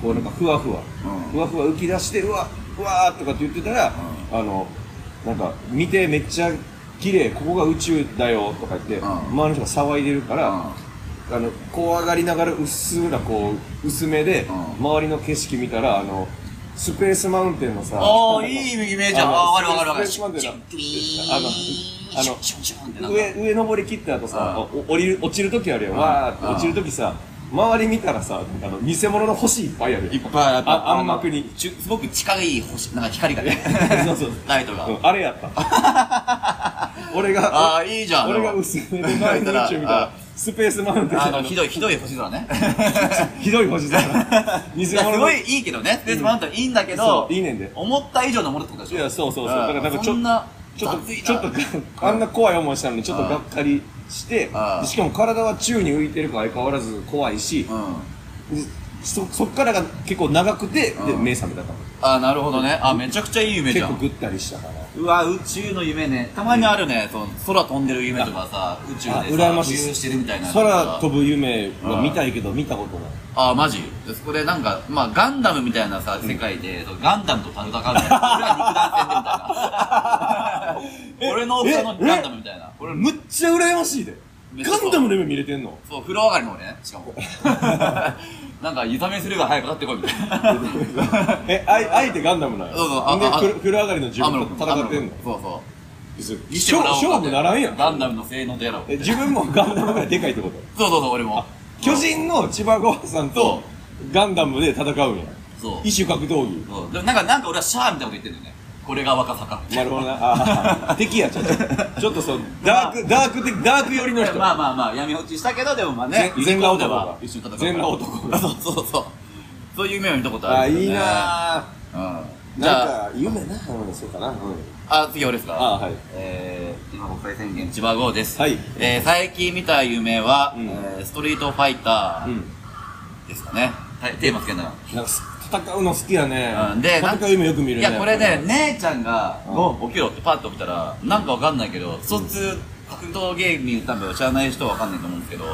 [SPEAKER 2] こうなんかふわふわ、
[SPEAKER 3] うん
[SPEAKER 2] ふわふわ浮き出してうわうわーとかって言ってたら、あのなんか見てめっちゃ綺麗ここが宇宙だよとか言って、
[SPEAKER 3] ん
[SPEAKER 2] 周りの人が騒いでるから、あの怖がりながらうっすらこう薄めで、
[SPEAKER 3] うん
[SPEAKER 2] 周りの景色見たらあのスペースマウンテンのさな
[SPEAKER 3] ああ、
[SPEAKER 2] んか
[SPEAKER 3] いいイメージや。ああ、わかるわかるわかる。
[SPEAKER 2] スペースマウンテンのあのあの
[SPEAKER 3] シュンシュンシュンってなんか
[SPEAKER 2] 上上登り切った後さ
[SPEAKER 3] うん
[SPEAKER 2] おお降りる落ちる時あるやんわーって
[SPEAKER 3] うん
[SPEAKER 2] 落ちる時さ周り見たらさあの偽物の星いっぱいあるやん
[SPEAKER 3] いっぱいあった
[SPEAKER 2] あ暗幕に。
[SPEAKER 3] ちゅすごく近い星、なんか光がね
[SPEAKER 2] [LAUGHS] そうそう
[SPEAKER 3] ライトが。
[SPEAKER 2] うんあれやった
[SPEAKER 3] [LAUGHS]
[SPEAKER 2] 俺が
[SPEAKER 3] ああ、いいじゃん。
[SPEAKER 2] 俺が
[SPEAKER 3] でも
[SPEAKER 2] 薄めで前の宇宙みたいな
[SPEAKER 3] あ
[SPEAKER 2] スペースマウンテン
[SPEAKER 3] あの、ひどい、ひどい星空ね。
[SPEAKER 2] ひどい星だから [LAUGHS] 偽
[SPEAKER 3] いや
[SPEAKER 2] 物
[SPEAKER 3] す
[SPEAKER 2] の
[SPEAKER 3] ごいいいけどね。スペースマウントいいんだけ
[SPEAKER 2] そ
[SPEAKER 3] ど
[SPEAKER 2] う、いいねんで
[SPEAKER 3] 思った以上のものってことでし
[SPEAKER 2] い
[SPEAKER 3] ょ。
[SPEAKER 2] やそうそうそう
[SPEAKER 3] あ
[SPEAKER 2] だ
[SPEAKER 3] あ
[SPEAKER 2] からなんかち
[SPEAKER 3] そ
[SPEAKER 2] ょ
[SPEAKER 3] んな
[SPEAKER 2] ちょっと
[SPEAKER 3] 雑いな
[SPEAKER 2] ちょっとあんな怖い思いしたのにちょっとがっかりして
[SPEAKER 3] ああ
[SPEAKER 2] でしかも体は宙に浮いてるから相変わらず怖いし
[SPEAKER 3] うん。
[SPEAKER 2] でそそっからが結構長くてで
[SPEAKER 3] うん
[SPEAKER 2] 目覚めたから
[SPEAKER 3] ああ、なるほどね。あめちゃくちゃいい夢じ
[SPEAKER 2] 結
[SPEAKER 3] ゃ
[SPEAKER 2] 構
[SPEAKER 3] ん。
[SPEAKER 2] ぐったりしたから
[SPEAKER 3] うわ、宇宙の夢ね。たまにあるね。その空飛んでる夢とかさ、宇宙でさ、
[SPEAKER 2] あ羨ましい
[SPEAKER 3] 浮遊してるみたいな。
[SPEAKER 2] 空飛ぶ夢は見たいけど見たことない
[SPEAKER 3] あーマジそこでなんか、まあ、ガンダムみたいなさ、世界で、そうガンダムと
[SPEAKER 2] [LAUGHS]
[SPEAKER 3] 戦うみたいな。俺は肉弾戦でみたいな。俺の大きさの
[SPEAKER 2] [LAUGHS]
[SPEAKER 3] ガンダムみたいな。
[SPEAKER 2] 俺むっちゃ羨ましいで
[SPEAKER 3] めっちゃ
[SPEAKER 2] ガ
[SPEAKER 3] そう
[SPEAKER 2] ンダムの夢見れてん
[SPEAKER 3] [LAUGHS]
[SPEAKER 2] の
[SPEAKER 3] そう、風呂上がりの俺ね、し
[SPEAKER 2] [LAUGHS]
[SPEAKER 3] かも。なんか、湯冷めするが早く立ってこいみたいな。
[SPEAKER 2] えあいあえてガンダムなんや
[SPEAKER 3] そうそうあ
[SPEAKER 2] で
[SPEAKER 3] あ
[SPEAKER 2] ふる風呂上がりの自
[SPEAKER 3] アムロ
[SPEAKER 2] 分と
[SPEAKER 3] 君
[SPEAKER 2] 戦ってんの
[SPEAKER 3] アムロ君そうそう。
[SPEAKER 2] 別に
[SPEAKER 3] 見せても
[SPEAKER 2] 勝
[SPEAKER 3] らおうかって
[SPEAKER 2] 勝負ならんやん
[SPEAKER 3] ガンダムの性能とやろう。
[SPEAKER 2] え自分もガンダムがでかいってこと
[SPEAKER 3] そうそうそう、俺も。
[SPEAKER 2] 巨人の千葉郷さんとガンダムで戦うんや
[SPEAKER 3] そう。
[SPEAKER 2] 異種格闘技
[SPEAKER 3] そう。でもなんか、なんか俺はシャーみたいなこと言ってんだよね。これが若さか
[SPEAKER 2] なるほどな。あー敵や、ちょっと。ちょっとそう、ダーク、ダーク的、ダーク寄りの人。
[SPEAKER 3] まあまあまあ闇落ちしたけどでもまあね
[SPEAKER 2] 全全裸男が
[SPEAKER 3] ユニコーンでは一緒に戦う
[SPEAKER 2] 全裸男が
[SPEAKER 3] がそうそうそうそういう夢を見たこと
[SPEAKER 2] あ
[SPEAKER 3] あ
[SPEAKER 2] あ
[SPEAKER 3] るん
[SPEAKER 2] ー、
[SPEAKER 3] だ
[SPEAKER 2] いい
[SPEAKER 3] よね
[SPEAKER 2] なぁ。
[SPEAKER 3] うんじゃ
[SPEAKER 2] なん
[SPEAKER 3] あ
[SPEAKER 2] か、夢な。うん、そうかな。うん。
[SPEAKER 3] あ次俺ですか
[SPEAKER 2] あーはい
[SPEAKER 3] えー今国際宣言千葉郷です
[SPEAKER 2] はい
[SPEAKER 3] えー最近見た夢は
[SPEAKER 2] うん
[SPEAKER 3] えーストリートファイタ
[SPEAKER 2] う
[SPEAKER 3] ー
[SPEAKER 2] ん。
[SPEAKER 3] ですかねはいテーマつけんな
[SPEAKER 2] なんか、戦うの好きやね
[SPEAKER 3] うん。でなん
[SPEAKER 2] 戦う夢よく見る
[SPEAKER 3] い
[SPEAKER 2] ね。
[SPEAKER 3] やこれ
[SPEAKER 2] やっ
[SPEAKER 3] ね姉ちゃんが
[SPEAKER 2] うん
[SPEAKER 3] お起きろってパッと起きたらなんかわかんないけど疎通格闘ゲームに多分知らない人はわかんないと思うんですけど
[SPEAKER 2] ん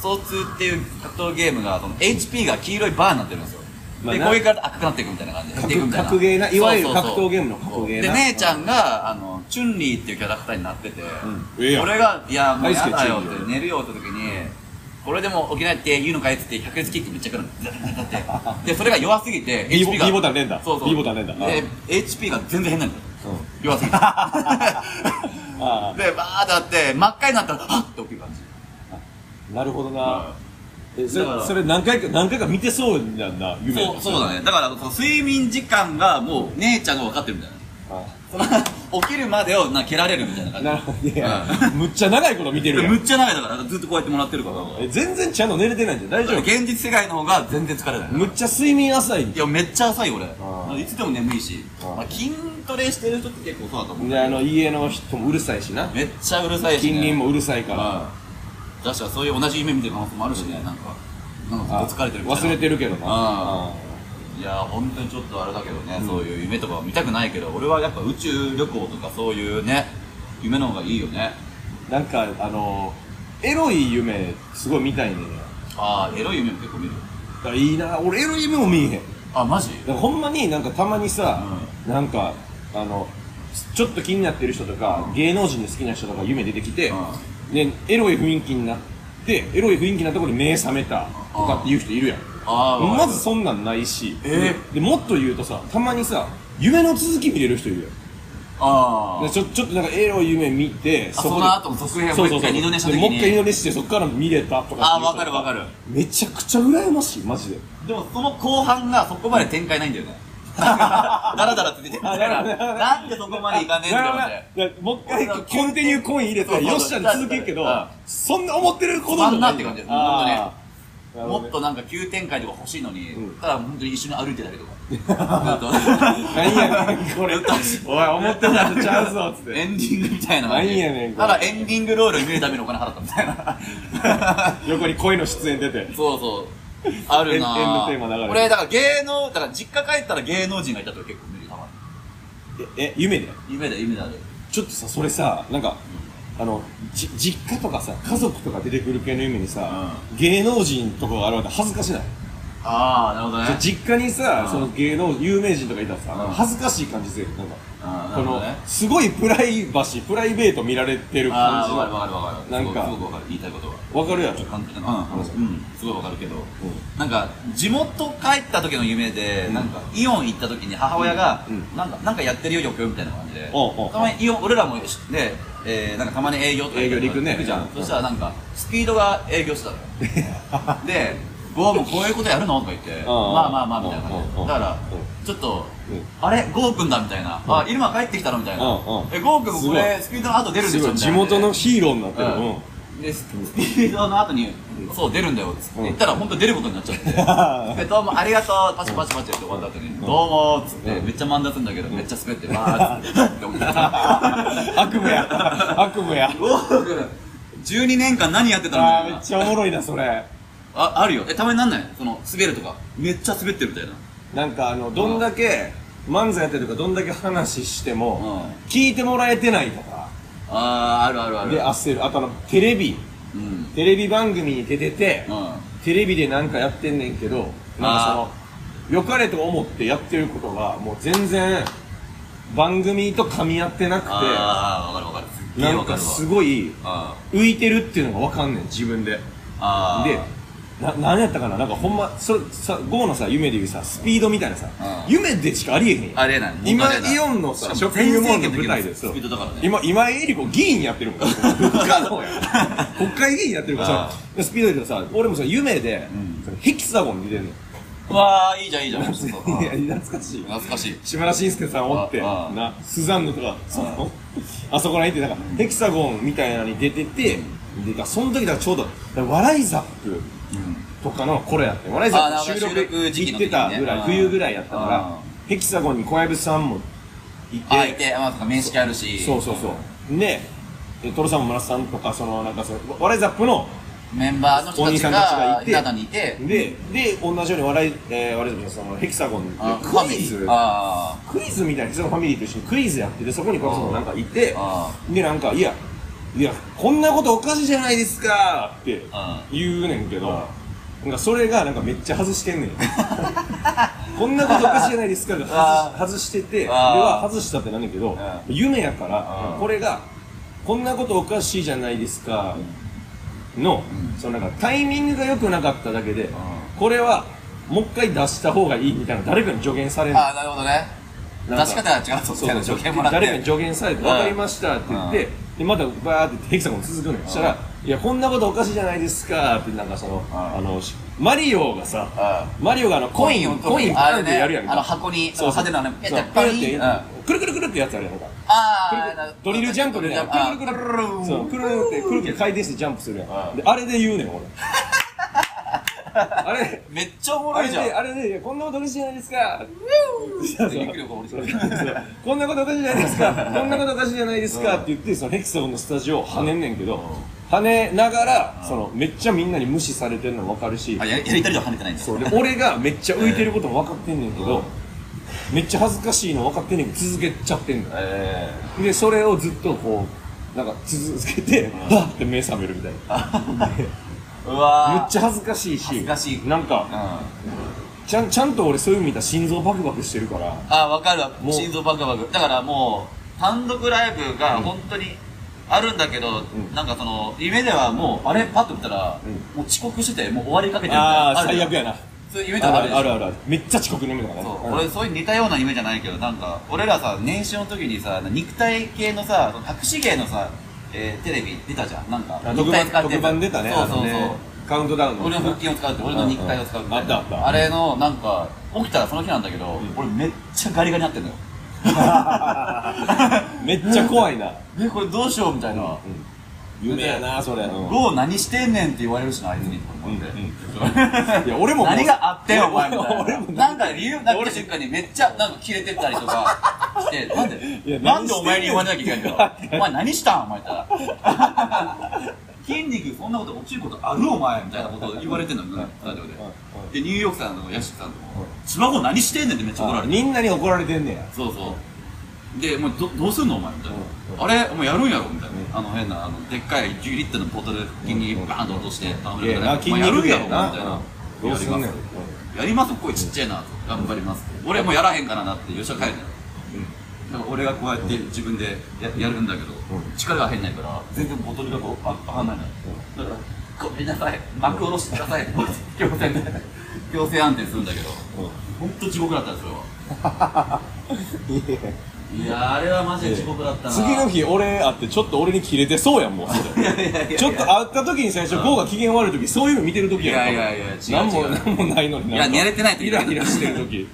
[SPEAKER 3] 疎通っていう格闘ゲームがその HP が黄色いバーになってるんですよ
[SPEAKER 2] まあ
[SPEAKER 3] で
[SPEAKER 2] な
[SPEAKER 3] 攻撃から赤くなっていくみたいな感じで
[SPEAKER 2] 格
[SPEAKER 3] やっていくみたいな
[SPEAKER 2] 格ゲーないわゆる
[SPEAKER 3] そうそうそう
[SPEAKER 2] 格闘ゲームの格ゲーな
[SPEAKER 3] で姉ちゃんがあのチュンリーっていうキャラクターになってて
[SPEAKER 2] んええやん
[SPEAKER 3] 俺が「いやもうや
[SPEAKER 2] 大好き
[SPEAKER 3] だよ」っ
[SPEAKER 2] チュンリー
[SPEAKER 3] て寝るよって時にこれでも起きないって言うのかいっつって百裂キックめっちゃくるんでそれが弱すぎて
[SPEAKER 2] B ボ
[SPEAKER 3] HP が
[SPEAKER 2] B ボタン連打
[SPEAKER 3] そうそう
[SPEAKER 2] B ボタン連打
[SPEAKER 3] で HP が全然変なんだよ
[SPEAKER 2] ぱうん
[SPEAKER 3] 弱す
[SPEAKER 2] [LAUGHS]
[SPEAKER 3] ぎて
[SPEAKER 2] あ
[SPEAKER 3] でバーってなって真っ赤になったらハッて起きる感じ
[SPEAKER 2] あ、なるほどな。えそれ
[SPEAKER 3] だから
[SPEAKER 2] それ何回か、何回か見てそうやんな、夢
[SPEAKER 3] そうそうだねだからその睡眠時間がもう姉ちゃんが分かってるみたいな
[SPEAKER 2] あ
[SPEAKER 3] そ
[SPEAKER 2] [LAUGHS]
[SPEAKER 3] の起きるまでをな蹴られるみたいな
[SPEAKER 2] あ
[SPEAKER 3] 感じ
[SPEAKER 2] なるほど。いや、むっちゃ長いこと見てる
[SPEAKER 3] で
[SPEAKER 2] や
[SPEAKER 3] む
[SPEAKER 2] ん。
[SPEAKER 3] っちゃ長いだからずっとこうやってもらってるから
[SPEAKER 2] え全然ちゃんと寝れてないんじゃん大
[SPEAKER 3] だか
[SPEAKER 2] 丈
[SPEAKER 3] ら
[SPEAKER 2] 夫
[SPEAKER 3] 現実世界の方が全然疲れない
[SPEAKER 2] むっちゃ睡眠浅いん
[SPEAKER 3] いやめっちゃ浅いよ
[SPEAKER 2] あ
[SPEAKER 3] 俺いつでも眠いし
[SPEAKER 2] あ
[SPEAKER 3] まあ筋トレしてる人って結構そうだと思う
[SPEAKER 2] であの家の人もうるさいしな
[SPEAKER 3] めっちゃうるさいしね
[SPEAKER 2] 近隣もうるさいから
[SPEAKER 3] はい確かそういう同じ夢見てる可能性もあるしねなんかなんか
[SPEAKER 2] あ
[SPEAKER 3] ずっと疲れてるみたいな
[SPEAKER 2] 忘れてるけどな
[SPEAKER 3] あいや本当にちょっとあれだけどね、そういう夢とか見たくないけど俺はやっぱ宇宙旅行とかそういうね夢の方がいいよね
[SPEAKER 2] なんかあのエロい夢すごい見たいねんや
[SPEAKER 3] ああエロい夢も結構見る
[SPEAKER 2] だからいいな俺エロい夢も見えへんだか
[SPEAKER 3] あマジ
[SPEAKER 2] らほんまになんかたまにさ、なんかあのちょっと気になってる人とか、芸能人で好きな人とか夢出てきて、でエロい雰囲気になってエロい雰囲気なところに目覚めたとかっていう人いるやん
[SPEAKER 3] あー
[SPEAKER 2] まずそんなんないし、
[SPEAKER 3] え
[SPEAKER 2] でもっと言うとさたまにさ夢の続き見れる人いるよ
[SPEAKER 3] あ
[SPEAKER 2] で
[SPEAKER 3] ー
[SPEAKER 2] ちょちょっとなんかエロい夢見て
[SPEAKER 3] あその後の続編をもう一回二度寝した時
[SPEAKER 2] でもう一回二
[SPEAKER 3] に
[SPEAKER 2] 度寝してそっから見れたとかっていう人
[SPEAKER 3] あーわかるわかる
[SPEAKER 2] めちゃくちゃ羨ましいマジで
[SPEAKER 3] でもその後半がそこまで展開ないん [LAUGHS] だよねダラダラ続いてるからなんでそこまでいかねえんだよみ
[SPEAKER 2] だ
[SPEAKER 3] たいな
[SPEAKER 2] からもう一回コンティニューコイン入れ
[SPEAKER 3] そ
[SPEAKER 2] て
[SPEAKER 3] うそう
[SPEAKER 2] よっしゃに続けるけど
[SPEAKER 3] うん
[SPEAKER 2] そんな思ってることじゃ
[SPEAKER 3] つまんなって感じです
[SPEAKER 2] あー
[SPEAKER 3] もっとなんか急展開とか欲しいのに、
[SPEAKER 2] うん
[SPEAKER 3] ただ本当に一緒に歩いてたりと
[SPEAKER 2] [LAUGHS]
[SPEAKER 3] か。ずっと
[SPEAKER 2] 何やねん
[SPEAKER 3] [LAUGHS]
[SPEAKER 2] これ
[SPEAKER 3] ずっと
[SPEAKER 2] おい思ってたのちゃうぞっつって
[SPEAKER 3] エンディングみたいな感じ。
[SPEAKER 2] 何やねんこれ
[SPEAKER 3] ただエンディングロール見るためのお金払ったみたい
[SPEAKER 2] [LAUGHS]
[SPEAKER 3] な。
[SPEAKER 2] 横に恋の出演出て
[SPEAKER 3] そうそう。あるなぁ
[SPEAKER 2] エンエンドテーマ流れる
[SPEAKER 3] 俺、だから芸能、だから実家帰ったら芸能人がいたと結構見るよたまに。
[SPEAKER 2] ええ夢で
[SPEAKER 3] 夢だ、夢だで。
[SPEAKER 2] ちょっとさそれさなんかあのじ実家とかさ家族とか出てくる系の夢にさ、芸能人とかが現れたら恥ずかしない
[SPEAKER 3] ああ、なるほどね。
[SPEAKER 2] 実家にさ、
[SPEAKER 3] うん
[SPEAKER 2] その芸能有名人とかいたらさ、
[SPEAKER 3] うん
[SPEAKER 2] 恥ずかしい感じするよなんか、
[SPEAKER 3] あーな
[SPEAKER 2] こ
[SPEAKER 3] るほ
[SPEAKER 2] の
[SPEAKER 3] どね
[SPEAKER 2] すごいプライバシープライベート見られてる感
[SPEAKER 3] あ
[SPEAKER 2] じ
[SPEAKER 3] あ、
[SPEAKER 2] の
[SPEAKER 3] わかるわかるわかる。
[SPEAKER 2] なんか
[SPEAKER 3] すごくすごくわかる。言いたいことは。
[SPEAKER 2] わかるや [LAUGHS] ろ
[SPEAKER 3] 簡単な
[SPEAKER 2] うん
[SPEAKER 3] 話うん、すごいわかるけど、なんか地元帰った時の夢で、
[SPEAKER 2] うん
[SPEAKER 3] なんかイオン行った時に母親が、
[SPEAKER 2] うんうん
[SPEAKER 3] なんかなんかやってるよよくみたいな感じで、
[SPEAKER 2] おうおう
[SPEAKER 3] たまにイオン俺らもしで、えーなんかたまに営業とか
[SPEAKER 2] 営業に行くね
[SPEAKER 3] じゃん、
[SPEAKER 2] うん
[SPEAKER 3] そしたらなんかスピードが営業してたのよで「ゴーもこういうことやるの?」とか言って「
[SPEAKER 2] ん
[SPEAKER 3] まあまあまあ」みたいな感じ
[SPEAKER 2] うんう
[SPEAKER 3] で
[SPEAKER 2] ん
[SPEAKER 3] だから
[SPEAKER 2] うん
[SPEAKER 3] ちょっと
[SPEAKER 2] うん
[SPEAKER 3] 「あれゴーくんだ」みたいな「あ入間帰ってきたの?」みたいな
[SPEAKER 2] うんうん
[SPEAKER 3] 「えゴーくんこれスピードの後出るんですし
[SPEAKER 2] ご
[SPEAKER 3] ょ?」
[SPEAKER 2] い
[SPEAKER 3] みた
[SPEAKER 2] 地
[SPEAKER 3] いな
[SPEAKER 2] 元のヒーローになってる、うん
[SPEAKER 3] うん、でスピードの後に「そう出るんだよ」っつって言ったら本当出ることになっち
[SPEAKER 2] [LAUGHS]
[SPEAKER 3] ゃって「でどうもありがとうパチパチパチ」って終わった後に「どうも」っつってめっちゃ漫談するんだけどめっちゃ滑ってわーって起きた
[SPEAKER 2] [LAUGHS] 悪夢や悪夢や
[SPEAKER 3] ゴ
[SPEAKER 2] [LAUGHS]
[SPEAKER 3] ーグ12年間何やってたのみ
[SPEAKER 2] あー
[SPEAKER 3] たい
[SPEAKER 2] め
[SPEAKER 3] な
[SPEAKER 2] っちゃおもろいなそれ
[SPEAKER 3] ああるよえたまになんないその滑るとかめっちゃ滑ってるみたいな
[SPEAKER 2] なんかあのどんだけ漫才やってるとかどんだけ話しても、
[SPEAKER 3] う
[SPEAKER 2] 聞いてもらえてないとか
[SPEAKER 3] あーあるあるある
[SPEAKER 2] で焦るあとあのテレビ
[SPEAKER 3] うん
[SPEAKER 2] テレビ番組に出てて、
[SPEAKER 3] うん
[SPEAKER 2] テレビでなんかやってんねんけどなんかその良かれと思ってやってることがもう全然番組と噛み合ってなく
[SPEAKER 3] ああわかるわかるすってげえ
[SPEAKER 2] なん
[SPEAKER 3] わか
[SPEAKER 2] か
[SPEAKER 3] るわ
[SPEAKER 2] すごい
[SPEAKER 3] あ
[SPEAKER 2] 浮いてるっていうのが分かんねん自分で
[SPEAKER 3] ーあー
[SPEAKER 2] でな何やったかななんかほんまそれさゴーのさ夢でいうさスピードみたいなさ
[SPEAKER 3] うん
[SPEAKER 2] 夢でしかありえへんやん
[SPEAKER 3] ありえない
[SPEAKER 2] 今
[SPEAKER 3] ありえない
[SPEAKER 2] イオンのさ
[SPEAKER 3] しかも
[SPEAKER 2] ショッピングモールの舞台で
[SPEAKER 3] 全
[SPEAKER 2] そう
[SPEAKER 3] 盛期の時のスピードだからね
[SPEAKER 2] 今今井絵理子議員やってる
[SPEAKER 3] [LAUGHS]
[SPEAKER 2] もん不可能や国会議員やってるからさスピードで言うとさ俺もさ夢で、
[SPEAKER 3] うん
[SPEAKER 2] そのヘキサゴン見てんの
[SPEAKER 3] うわー、いいじゃん、いいじゃん。そうそう
[SPEAKER 2] いや、懐かしいよ。
[SPEAKER 3] 懐かしい。
[SPEAKER 2] 島田紳介さんおって、
[SPEAKER 3] ああ
[SPEAKER 2] な、スザンヌとか、その [LAUGHS] あそこら辺って、なんか、ヘキサゴンみたいなのに出てて、で、だその時だからちょうど、だから笑いザップとかの頃やって、笑いザッ
[SPEAKER 3] あ
[SPEAKER 2] プ
[SPEAKER 3] あ
[SPEAKER 2] 収
[SPEAKER 3] 収録
[SPEAKER 2] 録
[SPEAKER 3] 時
[SPEAKER 2] 行
[SPEAKER 3] 期
[SPEAKER 2] って
[SPEAKER 3] の時にね
[SPEAKER 2] たぐら
[SPEAKER 3] あ
[SPEAKER 2] い、
[SPEAKER 3] あ
[SPEAKER 2] 冬ぐらいやったか
[SPEAKER 3] ああ
[SPEAKER 2] ら、ヘキサゴンに小籔さんもいて、
[SPEAKER 3] あ、いて、まあ、面識あるし。
[SPEAKER 2] そうそうそう。で、でトロさんも村瀬さんとか、その、なんかその、笑いザップの、
[SPEAKER 3] メンバーの人
[SPEAKER 2] お
[SPEAKER 3] た
[SPEAKER 2] 兄
[SPEAKER 3] ち
[SPEAKER 2] さんたち
[SPEAKER 3] が
[SPEAKER 2] が、いて
[SPEAKER 3] いたのにいて、
[SPEAKER 2] で、で、同じように笑い、えー、笑いザップのその、ヘキサゴンで
[SPEAKER 3] あ
[SPEAKER 2] クイズ、
[SPEAKER 3] あ
[SPEAKER 2] クイズみたいな、そのファミリーと一緒にクイズやってて、そこにこの人なんかいて
[SPEAKER 3] あ、
[SPEAKER 2] で、なんか、いや、いや、こんなことおかしいじゃないですかって
[SPEAKER 3] あ
[SPEAKER 2] 言うねんけど、なんかそれがなんかめっちゃ外して
[SPEAKER 3] [LAUGHS]
[SPEAKER 2] んねん。こんなことおかしいじゃないですかが
[SPEAKER 3] あ
[SPEAKER 2] 外し外してて、で
[SPEAKER 3] あ
[SPEAKER 2] は外したってなんだけど、夢やから
[SPEAKER 3] あ、
[SPEAKER 2] これが、こんなことおかしいじゃないですかの、そのなんかタイミングが良くなかっただけで、これは、もう一回出した方がいいみたいな誰かに助言され
[SPEAKER 3] あ、
[SPEAKER 2] る
[SPEAKER 3] ああ、なるほどね。出
[SPEAKER 2] なんか
[SPEAKER 3] し方が違うと、み
[SPEAKER 2] そう
[SPEAKER 3] たい
[SPEAKER 2] そ
[SPEAKER 3] な
[SPEAKER 2] うそう
[SPEAKER 3] 助言もらって。
[SPEAKER 2] 誰かに助言されて「
[SPEAKER 3] うん
[SPEAKER 2] 分かりました」って言ってでまたバーってヘキサゴン続くのよそしたら「いやこんなことおかしいじゃないですか」ってなんかそのあのしマリオがさ
[SPEAKER 3] う
[SPEAKER 2] マリオがあのコインをコインパンってやるやん
[SPEAKER 3] あの
[SPEAKER 2] か
[SPEAKER 3] 箱に、
[SPEAKER 2] そうそう
[SPEAKER 3] 派手なのね、ペ
[SPEAKER 2] そう
[SPEAKER 3] タ
[SPEAKER 2] パンっ
[SPEAKER 3] ッ
[SPEAKER 2] て
[SPEAKER 3] あ
[SPEAKER 2] くるくるくるってやつあるやんか
[SPEAKER 3] あ、
[SPEAKER 2] ドリルジャンプでねくるくるくるそうくるーってくるって回転してジャンプするやんであれで言うねん
[SPEAKER 3] [LAUGHS]
[SPEAKER 2] 俺あれ
[SPEAKER 3] めっちゃおも
[SPEAKER 2] あ
[SPEAKER 3] ろ
[SPEAKER 2] れ
[SPEAKER 3] いじゃ
[SPEAKER 2] で、
[SPEAKER 3] ん。
[SPEAKER 2] あれで、いやこんなことおかしいじゃないですか。そう [LAUGHS] そう
[SPEAKER 3] で力が下りてく
[SPEAKER 2] そうこんなことおかしいじゃない
[SPEAKER 3] [LAUGHS]
[SPEAKER 2] ですか。こんなことおかしいじゃないですかって言って、そのヘキサゴンのスタジオを跳ねんねんけど、跳ねながら、その、めっちゃみんなに無視されてるのもわかるし
[SPEAKER 3] あ、、ややりたりは跳ねてないんです
[SPEAKER 2] そうで俺がめっちゃ浮いてることも分かってんねんけど、めっちゃ恥ずかしいの分かってんねんけど、続けちゃってんの。
[SPEAKER 3] ええ
[SPEAKER 2] で、それをずっとこう、なんか続けて、はっって目覚めるみたいな。
[SPEAKER 3] うわ
[SPEAKER 2] め
[SPEAKER 3] ー
[SPEAKER 2] っちゃ恥ずかしいし、
[SPEAKER 3] 恥ずかしい
[SPEAKER 2] なんか、
[SPEAKER 3] うん
[SPEAKER 2] ちゃんちゃんと俺そういう意味では心臓バクバクしてるから
[SPEAKER 3] あわかるわ
[SPEAKER 2] もう
[SPEAKER 3] 心臓バクバクだからもう単独ライブが本当にあるんだけど、
[SPEAKER 2] ん
[SPEAKER 3] なんかその夢ではもうあれパッと見たら、もう遅刻しててもう終わりかけてるみたいな
[SPEAKER 2] ああ最悪
[SPEAKER 3] や
[SPEAKER 2] やな
[SPEAKER 3] そういう夢では
[SPEAKER 2] あ
[SPEAKER 3] ある
[SPEAKER 2] る
[SPEAKER 3] でしょ
[SPEAKER 2] あるあるあるめっちゃ遅刻の夢だからね
[SPEAKER 3] そう俺そういう似たような夢じゃないけどなんか俺らさ年始の時にさ肉体系のさタクシー芸のさ、えーテレビ出たじゃんなんか
[SPEAKER 2] あ特
[SPEAKER 3] 肉体
[SPEAKER 2] 番
[SPEAKER 3] 使って
[SPEAKER 2] 特番出たね
[SPEAKER 3] そうそうそう、
[SPEAKER 2] あのねカウントダウンの
[SPEAKER 3] 俺の腹筋を使うって俺の肉体を使うみたいな
[SPEAKER 2] あったあった
[SPEAKER 3] あれのなんか起きたらその日なんだけど、俺めっちゃガリガリになってんのよ
[SPEAKER 2] [LAUGHS] めっちゃ怖
[SPEAKER 3] [LAUGHS]
[SPEAKER 2] いな
[SPEAKER 3] えこれどうしようみたいな、
[SPEAKER 2] 夢やなそれ、うん
[SPEAKER 3] ロー何してんねんって言われるしな、あいつにと思って。
[SPEAKER 2] うんいや俺ももう
[SPEAKER 3] [LAUGHS] 何があってんお前み
[SPEAKER 2] [LAUGHS] 俺も俺
[SPEAKER 3] たいな [LAUGHS]
[SPEAKER 2] も。
[SPEAKER 3] なんか理由なった瞬間にめっちゃなんかキレてったりとか
[SPEAKER 2] [LAUGHS]
[SPEAKER 3] して、なん
[SPEAKER 2] いや
[SPEAKER 3] で、なんでお前に言われなきゃいけないんだ
[SPEAKER 2] [LAUGHS] 何してん
[SPEAKER 3] ろう。お前何したんお前みたいな。 [LAUGHS] 筋肉そんなこと落ちることあるお前みたいなこと言われてんのよ、スタジオで。で、ニューヨークさんのヤシキさんとも、スマホ何してんねんってめっちゃ怒ら
[SPEAKER 2] あ
[SPEAKER 3] れて。
[SPEAKER 2] みんなに怒られてんねや
[SPEAKER 3] そうそう。で、もうどどうすんのお前みたいな。あれお前やるんやろみたいな。あの変な、あの、でっかい10リットルのボトル腹筋にバーンと落として、あの
[SPEAKER 2] いやな筋
[SPEAKER 3] お前やる
[SPEAKER 2] 肉
[SPEAKER 3] んや
[SPEAKER 2] や
[SPEAKER 3] ろみたいな
[SPEAKER 2] な。どうすんねん
[SPEAKER 3] やりますやります声ちっちゃいなと頑張ります俺もやらへんからなって吉田帰るのよだから俺がこうやって自分でややるんだけど、力が入んないから全然ボトルがこうあ上がんないのよ、だからごめんなさい幕下ろしてください強制で強制安定するんだけど本当地獄だったんですよいやーあれはマジで地獄だったな
[SPEAKER 2] 次の日俺会ってちょっと俺にキレてそうやんもうそれ
[SPEAKER 3] いやいやいや
[SPEAKER 2] ちょっと会った時に最初、ゴーが機嫌悪い時、そういうの見てる時やんか。
[SPEAKER 3] いやいやいや違
[SPEAKER 2] なん
[SPEAKER 3] う違
[SPEAKER 2] も、
[SPEAKER 3] う
[SPEAKER 2] なんもないのになんか。
[SPEAKER 3] いや寝れてない時
[SPEAKER 2] イライラしてる時。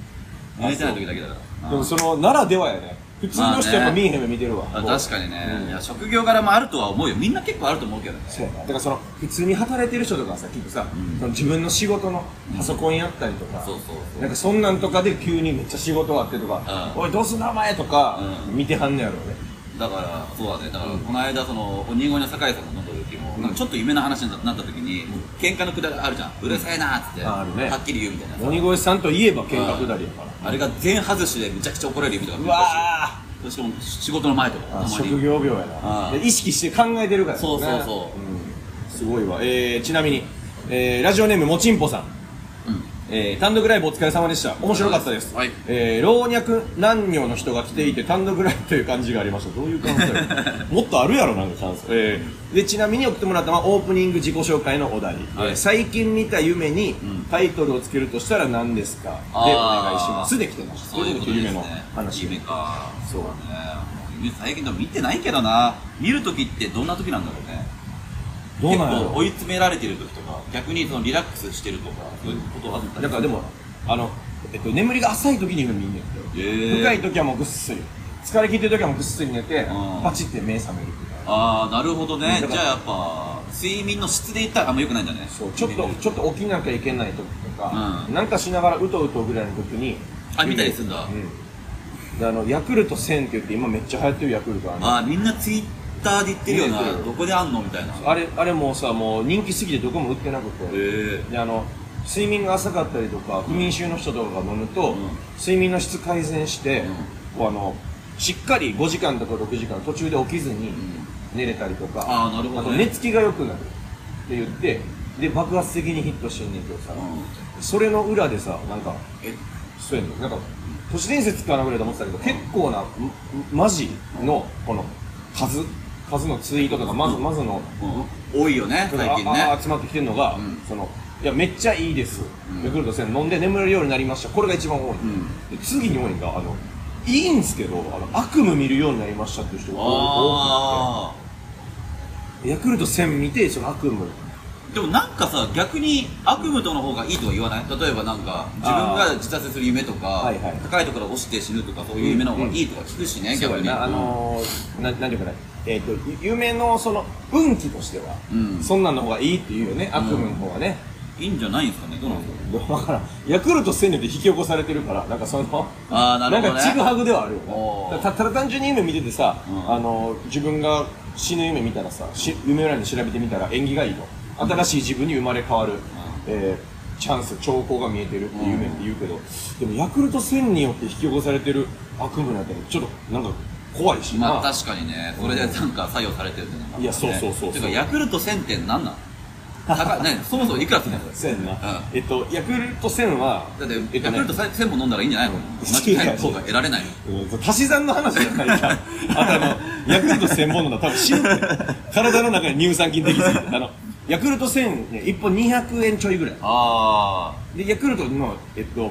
[SPEAKER 3] 寝れてない時だけだから
[SPEAKER 2] でもその、ならではやね。普通の人やっぱ見えへん目見てるわ。
[SPEAKER 3] あ
[SPEAKER 2] こう
[SPEAKER 3] 確かにね、いや職業柄もあるとは思うよみんな結構あると思うけどね
[SPEAKER 2] そうやなだからその、普通に働いてる人とかさ、結構さ、その自分の仕事のパソコンやったりとか、
[SPEAKER 3] そうそうそう
[SPEAKER 2] なんかそんなんとかで急にめっちゃ仕事終わってとか、
[SPEAKER 3] う
[SPEAKER 2] おい、どうすん名前とか、
[SPEAKER 3] う
[SPEAKER 2] 見てはんねやろうね。
[SPEAKER 3] だからそうだねだからこの間その鬼越の酒井さんの飲んだ時も、なんかちょっと夢の話になった時に、喧嘩のくだりあるじゃんうるさいなーっつって、
[SPEAKER 2] ああるね
[SPEAKER 3] はっきり言うみたいなさ
[SPEAKER 2] 鬼越さんといえば喧嘩下りやから。
[SPEAKER 3] あれが全外しでめちゃくちゃ怒られる夢
[SPEAKER 2] う
[SPEAKER 3] とか
[SPEAKER 2] わ
[SPEAKER 3] ぁしかも仕事の前とかたま
[SPEAKER 2] あ
[SPEAKER 3] に
[SPEAKER 2] 職業病やな
[SPEAKER 3] あー
[SPEAKER 2] で意識して考えてるからね
[SPEAKER 3] そうそうそ
[SPEAKER 2] うんすごいわ、えー、ちなみに、えー、ラジオネームもちんぽさん、
[SPEAKER 3] うん
[SPEAKER 2] えー、単独ライブお疲れ様でした面白かったです、
[SPEAKER 3] はい
[SPEAKER 2] えー、老若男女の人が来ていて単独ライブという感じがありましたどういう感想や
[SPEAKER 3] [LAUGHS]
[SPEAKER 2] ろもっとあるやろなんか感想、えー、でちなみに送ってもらったのはオープニング自己紹介のお題、
[SPEAKER 3] はい
[SPEAKER 2] えー最近見た夢にタイトルをつけるとしたら何ですか、でお
[SPEAKER 3] あー
[SPEAKER 2] 願いしますで来てました
[SPEAKER 3] そういうことです
[SPEAKER 2] 夢の
[SPEAKER 3] ね
[SPEAKER 2] 話
[SPEAKER 3] 夢か
[SPEAKER 2] そう
[SPEAKER 3] ねもう夢最近でも見てないけどな見る時ってどんな時なんだろうね
[SPEAKER 2] どうなんや
[SPEAKER 3] 結
[SPEAKER 2] ろ
[SPEAKER 3] 構追い詰められてる時とか逆にそのリラックスしてるとかそういうことあったり
[SPEAKER 2] なんかでもあの、えっと、眠りが浅い時に夢見んねん
[SPEAKER 3] え
[SPEAKER 2] て。深い
[SPEAKER 3] ー、
[SPEAKER 2] 時はもうぐっすり。疲れ切ってる時はもうぐっすり寝て
[SPEAKER 3] う、ん
[SPEAKER 2] パチって目覚めるみたいな。
[SPEAKER 3] ああなるほどね
[SPEAKER 2] だか
[SPEAKER 3] じ
[SPEAKER 2] ら
[SPEAKER 3] ゃあやっぱ睡眠の質で言ったらあんま良くないんだね
[SPEAKER 2] そう、ちょっと、ちょっと起きなきゃいけない時とか、
[SPEAKER 3] うん
[SPEAKER 2] なんかしながらうとうとぐらいの時に。
[SPEAKER 3] あ見たりするんだ
[SPEAKER 2] うんで。あの、ヤクルト1000って言って今めっちゃ流行ってるヤクルトあるの
[SPEAKER 3] あーみんなツイッターで言ってるよ
[SPEAKER 2] 見えて
[SPEAKER 3] な
[SPEAKER 2] る
[SPEAKER 3] どこであんのみたいなへ
[SPEAKER 2] あれ、あれもうさ、もう人気すぎてどこも売ってなくて。
[SPEAKER 3] え
[SPEAKER 2] であの睡眠が浅かったりとか不眠症の人とかが飲むと、
[SPEAKER 3] ん
[SPEAKER 2] 睡眠の質改善して、こうあのしっかり5時間とか6時間途中で起きずに寝れたりとか、
[SPEAKER 3] あーなるほどね
[SPEAKER 2] と寝つきが良くなるって言ってで爆発的にヒットしてんねんけどさ、それの裏でさなんか
[SPEAKER 3] え
[SPEAKER 2] そうやねんなんか都市伝説かなぐらいと思ってたけど、結構なまマジのこの数数のツイートとかまず、まずの
[SPEAKER 3] 多いよね最近
[SPEAKER 2] あ
[SPEAKER 3] ね
[SPEAKER 2] あ集まってきてるのが、
[SPEAKER 3] ん
[SPEAKER 2] そのいやめっちゃいいです、
[SPEAKER 3] ん
[SPEAKER 2] ヤクルト1000飲んで眠れるようになりましたこれが一番多い、
[SPEAKER 3] ん
[SPEAKER 2] で次に多いのがあのいいんですけどあの悪夢見るようになりましたっていう人が多
[SPEAKER 3] あ
[SPEAKER 2] くてヤクルト1000見てその悪夢
[SPEAKER 3] あでもなんかさ逆に悪夢との方がいいとは言わない例えばなんか自分が自殺する夢とか
[SPEAKER 2] はいはい
[SPEAKER 3] 高いところから落ちて死ぬとかそういう夢の方がいいとか聞くしね逆
[SPEAKER 2] そう
[SPEAKER 3] に
[SPEAKER 2] やなあのー、ななんていうかねえっ、と夢のその運気としては、
[SPEAKER 3] うん
[SPEAKER 2] そんなんの方がいいっていうよね、悪夢の方がね、
[SPEAKER 3] いいんじゃないんですかねどうなんですか
[SPEAKER 2] だからんヤクルト1000によって引き起こされてるからなんかその
[SPEAKER 3] あーなるほどね
[SPEAKER 2] んかちぐはぐではあるよ
[SPEAKER 3] おー
[SPEAKER 2] ねたただ単純に夢見ててさ、
[SPEAKER 3] うん
[SPEAKER 2] あの自分が死ぬ夢見たらさし夢占いで調べてみたら縁起がいいと新しい自分に生まれ変わる、えーチャンス兆候が見えてるっていう夢って言うけど、でもヤクルト1000によって引き起こされてる悪夢なんてちょっとなんか怖いしな、
[SPEAKER 3] まあ確かにねそれでなんか作用されてるってなんか
[SPEAKER 2] いやそうそうそうそう
[SPEAKER 3] てかヤクルト1000点なんなん高いねそもそもいくらするんだよ
[SPEAKER 2] そうやんな、
[SPEAKER 3] う
[SPEAKER 2] えっとヤクルト1000は
[SPEAKER 3] だって、
[SPEAKER 2] えっと
[SPEAKER 3] ヤク
[SPEAKER 2] ね
[SPEAKER 3] ルト1000本飲んだらいいんじゃないの
[SPEAKER 2] 違う
[SPEAKER 3] 間違い効果得られないの
[SPEAKER 2] うん足し算の話じゃないか。あとあの、ヤクルト1000本飲んだら多分死ぬって。体の中に乳酸菌できすぎて。あの、ヤクルト1000、ね、1本200円ちょいぐらい。
[SPEAKER 3] あ
[SPEAKER 2] で、ヤクルトの、えっと、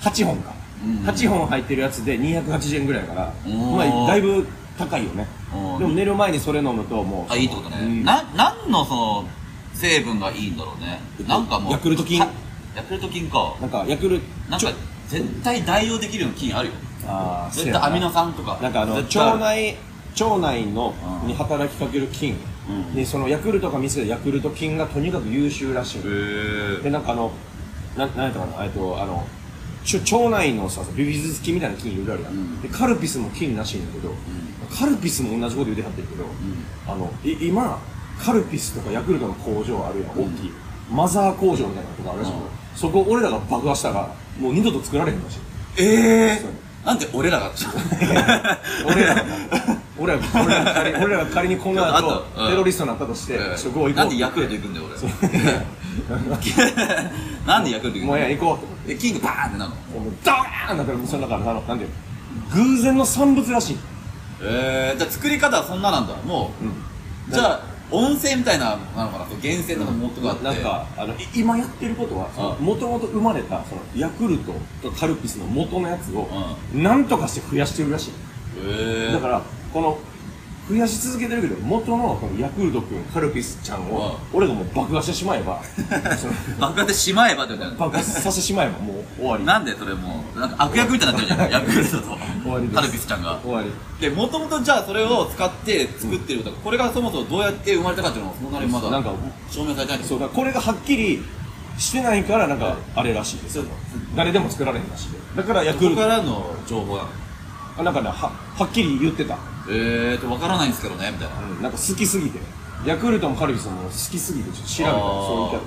[SPEAKER 2] 8本か。
[SPEAKER 3] うん
[SPEAKER 2] 8本入ってるやつで280円ぐらいだから、
[SPEAKER 3] お
[SPEAKER 2] ま
[SPEAKER 3] ー
[SPEAKER 2] あ、だいぶ高いよね。
[SPEAKER 3] おー
[SPEAKER 2] でも寝る前にそれ飲むともう。
[SPEAKER 3] あいいってことね、
[SPEAKER 2] うん
[SPEAKER 3] な何のその成分がいいんだろうねなんかもう
[SPEAKER 2] ヤクルト菌
[SPEAKER 3] はヤクルト菌か
[SPEAKER 2] なんか、ヤクルト、
[SPEAKER 3] なん
[SPEAKER 2] ちょ
[SPEAKER 3] か絶対代用できるような菌あるよ
[SPEAKER 2] あー
[SPEAKER 3] 絶
[SPEAKER 2] せや
[SPEAKER 3] 対
[SPEAKER 2] な
[SPEAKER 3] アミノ酸とか
[SPEAKER 2] なんかあの
[SPEAKER 3] 絶対あ
[SPEAKER 2] 腸
[SPEAKER 3] る
[SPEAKER 2] 内腸内の
[SPEAKER 3] うん
[SPEAKER 2] に働きかける菌、
[SPEAKER 3] うん
[SPEAKER 2] でそのヤクルトが見せるヤクルト菌がとにかく優秀らしい、でなんかあのななんやったかなえっとあのちょ腸内のさビフィズス菌みたいな菌いろいろあるやん、
[SPEAKER 3] うん
[SPEAKER 2] でカルピスも菌らしいんだけど、カルピスも同じこと言うてはってるけど、あのい今カルピスとかヤクルトの工場あるやん大きい、マザー工場みたいなとこあるらしいけど、
[SPEAKER 3] うん
[SPEAKER 2] そこ俺らが爆破したらもう二度と作られへんらしい
[SPEAKER 3] ええ
[SPEAKER 2] そう
[SPEAKER 3] ー、なんで俺らが
[SPEAKER 2] 俺らが俺らが俺らが仮俺らが仮にこの
[SPEAKER 3] ちょ
[SPEAKER 2] 後
[SPEAKER 3] っとうん
[SPEAKER 2] テロリストになったとして
[SPEAKER 3] え
[SPEAKER 2] [LAUGHS]
[SPEAKER 3] ー
[SPEAKER 2] そこを行こう
[SPEAKER 3] なんでヤクルト行くんだよ俺 [LAUGHS] なんでヤクルト行くん
[SPEAKER 2] もう
[SPEAKER 3] だ
[SPEAKER 2] い
[SPEAKER 3] よ
[SPEAKER 2] や行こうって思
[SPEAKER 3] え菌がバーンってなるの
[SPEAKER 2] ってもうドーンなったらその中のあのなんていうの偶然の産物らしい
[SPEAKER 3] えー、じゃあ作り方はそんななんだもう、じゃあ温泉みたいなのなのかな源泉とかもっとかあって
[SPEAKER 2] なんかあのい今やってることは
[SPEAKER 3] うん
[SPEAKER 2] もともと生まれたそのヤクルトとカルピスの元のやつをなんとかして増やしてるらしい
[SPEAKER 3] えー、
[SPEAKER 2] だからこの増やし続けてるけど元のこのヤクルト君カルピスちゃんを俺がもう爆破してしまえばその
[SPEAKER 3] 爆破してしまえばってことや
[SPEAKER 2] 爆発させてしまえばもう終わり
[SPEAKER 3] なんでそれもうなんか悪役みたいになってるじゃんヤクルトと
[SPEAKER 2] 終わりです
[SPEAKER 3] カルピスちゃんが
[SPEAKER 2] 終わり
[SPEAKER 3] でもともとじゃあそれを使って作ってるとか、これがそもそもどうやって生まれたかっていうのはそんなに [LAUGHS] まだ
[SPEAKER 2] なんか
[SPEAKER 3] 証明されてない
[SPEAKER 2] そうだからこれがはっきりしてないからなんかあれらしいです
[SPEAKER 3] そう
[SPEAKER 2] 誰でも作られへんらしいでだからヤ
[SPEAKER 3] そ
[SPEAKER 2] ク
[SPEAKER 3] こ
[SPEAKER 2] ル
[SPEAKER 3] か
[SPEAKER 2] ト
[SPEAKER 3] らの情報なの
[SPEAKER 2] あなんかねははっきり言ってた、
[SPEAKER 3] えーと分からないんですけどねみたいな
[SPEAKER 2] うん、なんか好きすぎてヤクルトもカルピスも好きすぎてちょっと調べた
[SPEAKER 3] あ
[SPEAKER 2] り
[SPEAKER 3] ー
[SPEAKER 2] そ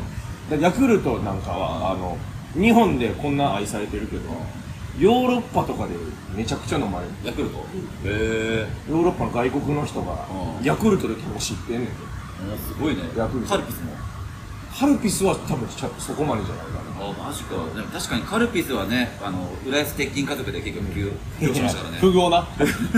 [SPEAKER 2] ういうキャラだからヤクルトなんかはあの日本でこんな愛されてるけどヨーロッパとかでめちゃくちゃ飲まれる
[SPEAKER 3] ヤクルトえ
[SPEAKER 2] ヨーロッパの外国の人が
[SPEAKER 3] うん
[SPEAKER 2] ヤクルトで結構知ってんねんて
[SPEAKER 3] ー、すごいね
[SPEAKER 2] ヤクルト
[SPEAKER 3] カルピスも
[SPEAKER 2] カルピスは多分ちゃそこまでじゃないかな
[SPEAKER 3] あマジかでも確かにカルピスはねあの浦安鉄筋家族で結局急急しましたからね
[SPEAKER 2] 不豪な。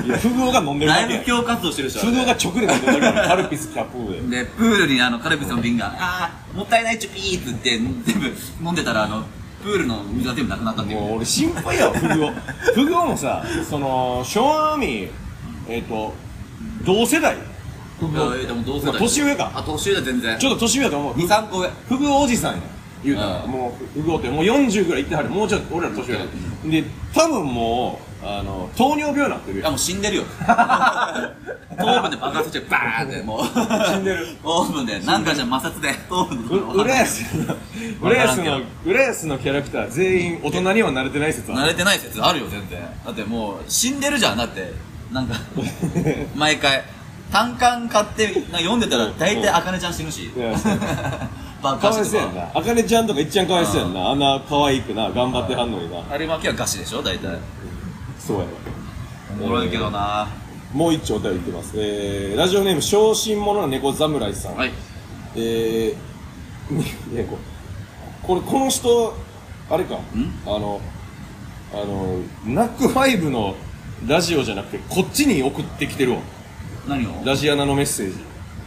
[SPEAKER 2] いや、不豪が飲んでる
[SPEAKER 3] だ
[SPEAKER 2] だけ
[SPEAKER 3] い
[SPEAKER 2] や
[SPEAKER 3] ぶ。強活動してる人
[SPEAKER 2] 不豪が直で飲んでるだけやからカルピスキャップで。
[SPEAKER 3] でプールにあのカルピスの瓶が「あーもったいないチュピー」って言って全部飲んでたらあのプールの水が全部なくなったっていう
[SPEAKER 2] もう俺心配やわ、不豪。不豪もさ、その、正味、えっ、と、同世代。不
[SPEAKER 3] い
[SPEAKER 2] 豪
[SPEAKER 3] やいやでもどうせ
[SPEAKER 2] まあ年上か
[SPEAKER 3] あ年上だ全然
[SPEAKER 2] ちょっと年上やと思う。
[SPEAKER 3] 23個上
[SPEAKER 2] 不豪おじさんや。言うたら、
[SPEAKER 3] うん
[SPEAKER 2] もううごうてもう40ぐらいいってはるもうちょっと俺ら年上や
[SPEAKER 3] う
[SPEAKER 2] で多分もうあの糖尿病になってる
[SPEAKER 3] いや
[SPEAKER 2] やん
[SPEAKER 3] もう死んで
[SPEAKER 2] [LAUGHS]
[SPEAKER 3] るよ糖分で爆発してバーンってもう
[SPEAKER 2] 死んでる
[SPEAKER 3] 糖分でなんかじゃ摩擦で糖分
[SPEAKER 2] う
[SPEAKER 3] で
[SPEAKER 2] 浦安の浦安の浦安のキャラクター全員大人には慣れてない説
[SPEAKER 3] 慣
[SPEAKER 2] ある
[SPEAKER 3] れてない説あるよ全然だってもう死んでるじゃんだってなんか毎回単管買ってなんか読んでたら大体あかねちゃん死ぬし
[SPEAKER 2] いや
[SPEAKER 3] [LAUGHS] バ
[SPEAKER 2] か
[SPEAKER 3] カ
[SPEAKER 2] わい
[SPEAKER 3] し
[SPEAKER 2] そうやん
[SPEAKER 3] と
[SPEAKER 2] なあかねちゃんとかいっちゃんかわいそうやんなあんな可愛くな頑張ってはんのにな
[SPEAKER 3] かるまきはガシでしょ大体
[SPEAKER 2] そうやわ
[SPEAKER 3] おもろいけどな
[SPEAKER 2] もう一丁お便りいってますえー、ラジオネーム小心者の猫侍さん
[SPEAKER 3] はい
[SPEAKER 2] えー、ね猫これこの人あれかあのあのナックファイブのラジオじゃなくてこっちに送ってきてるわ
[SPEAKER 3] 何を
[SPEAKER 2] ラジアナのメッセージ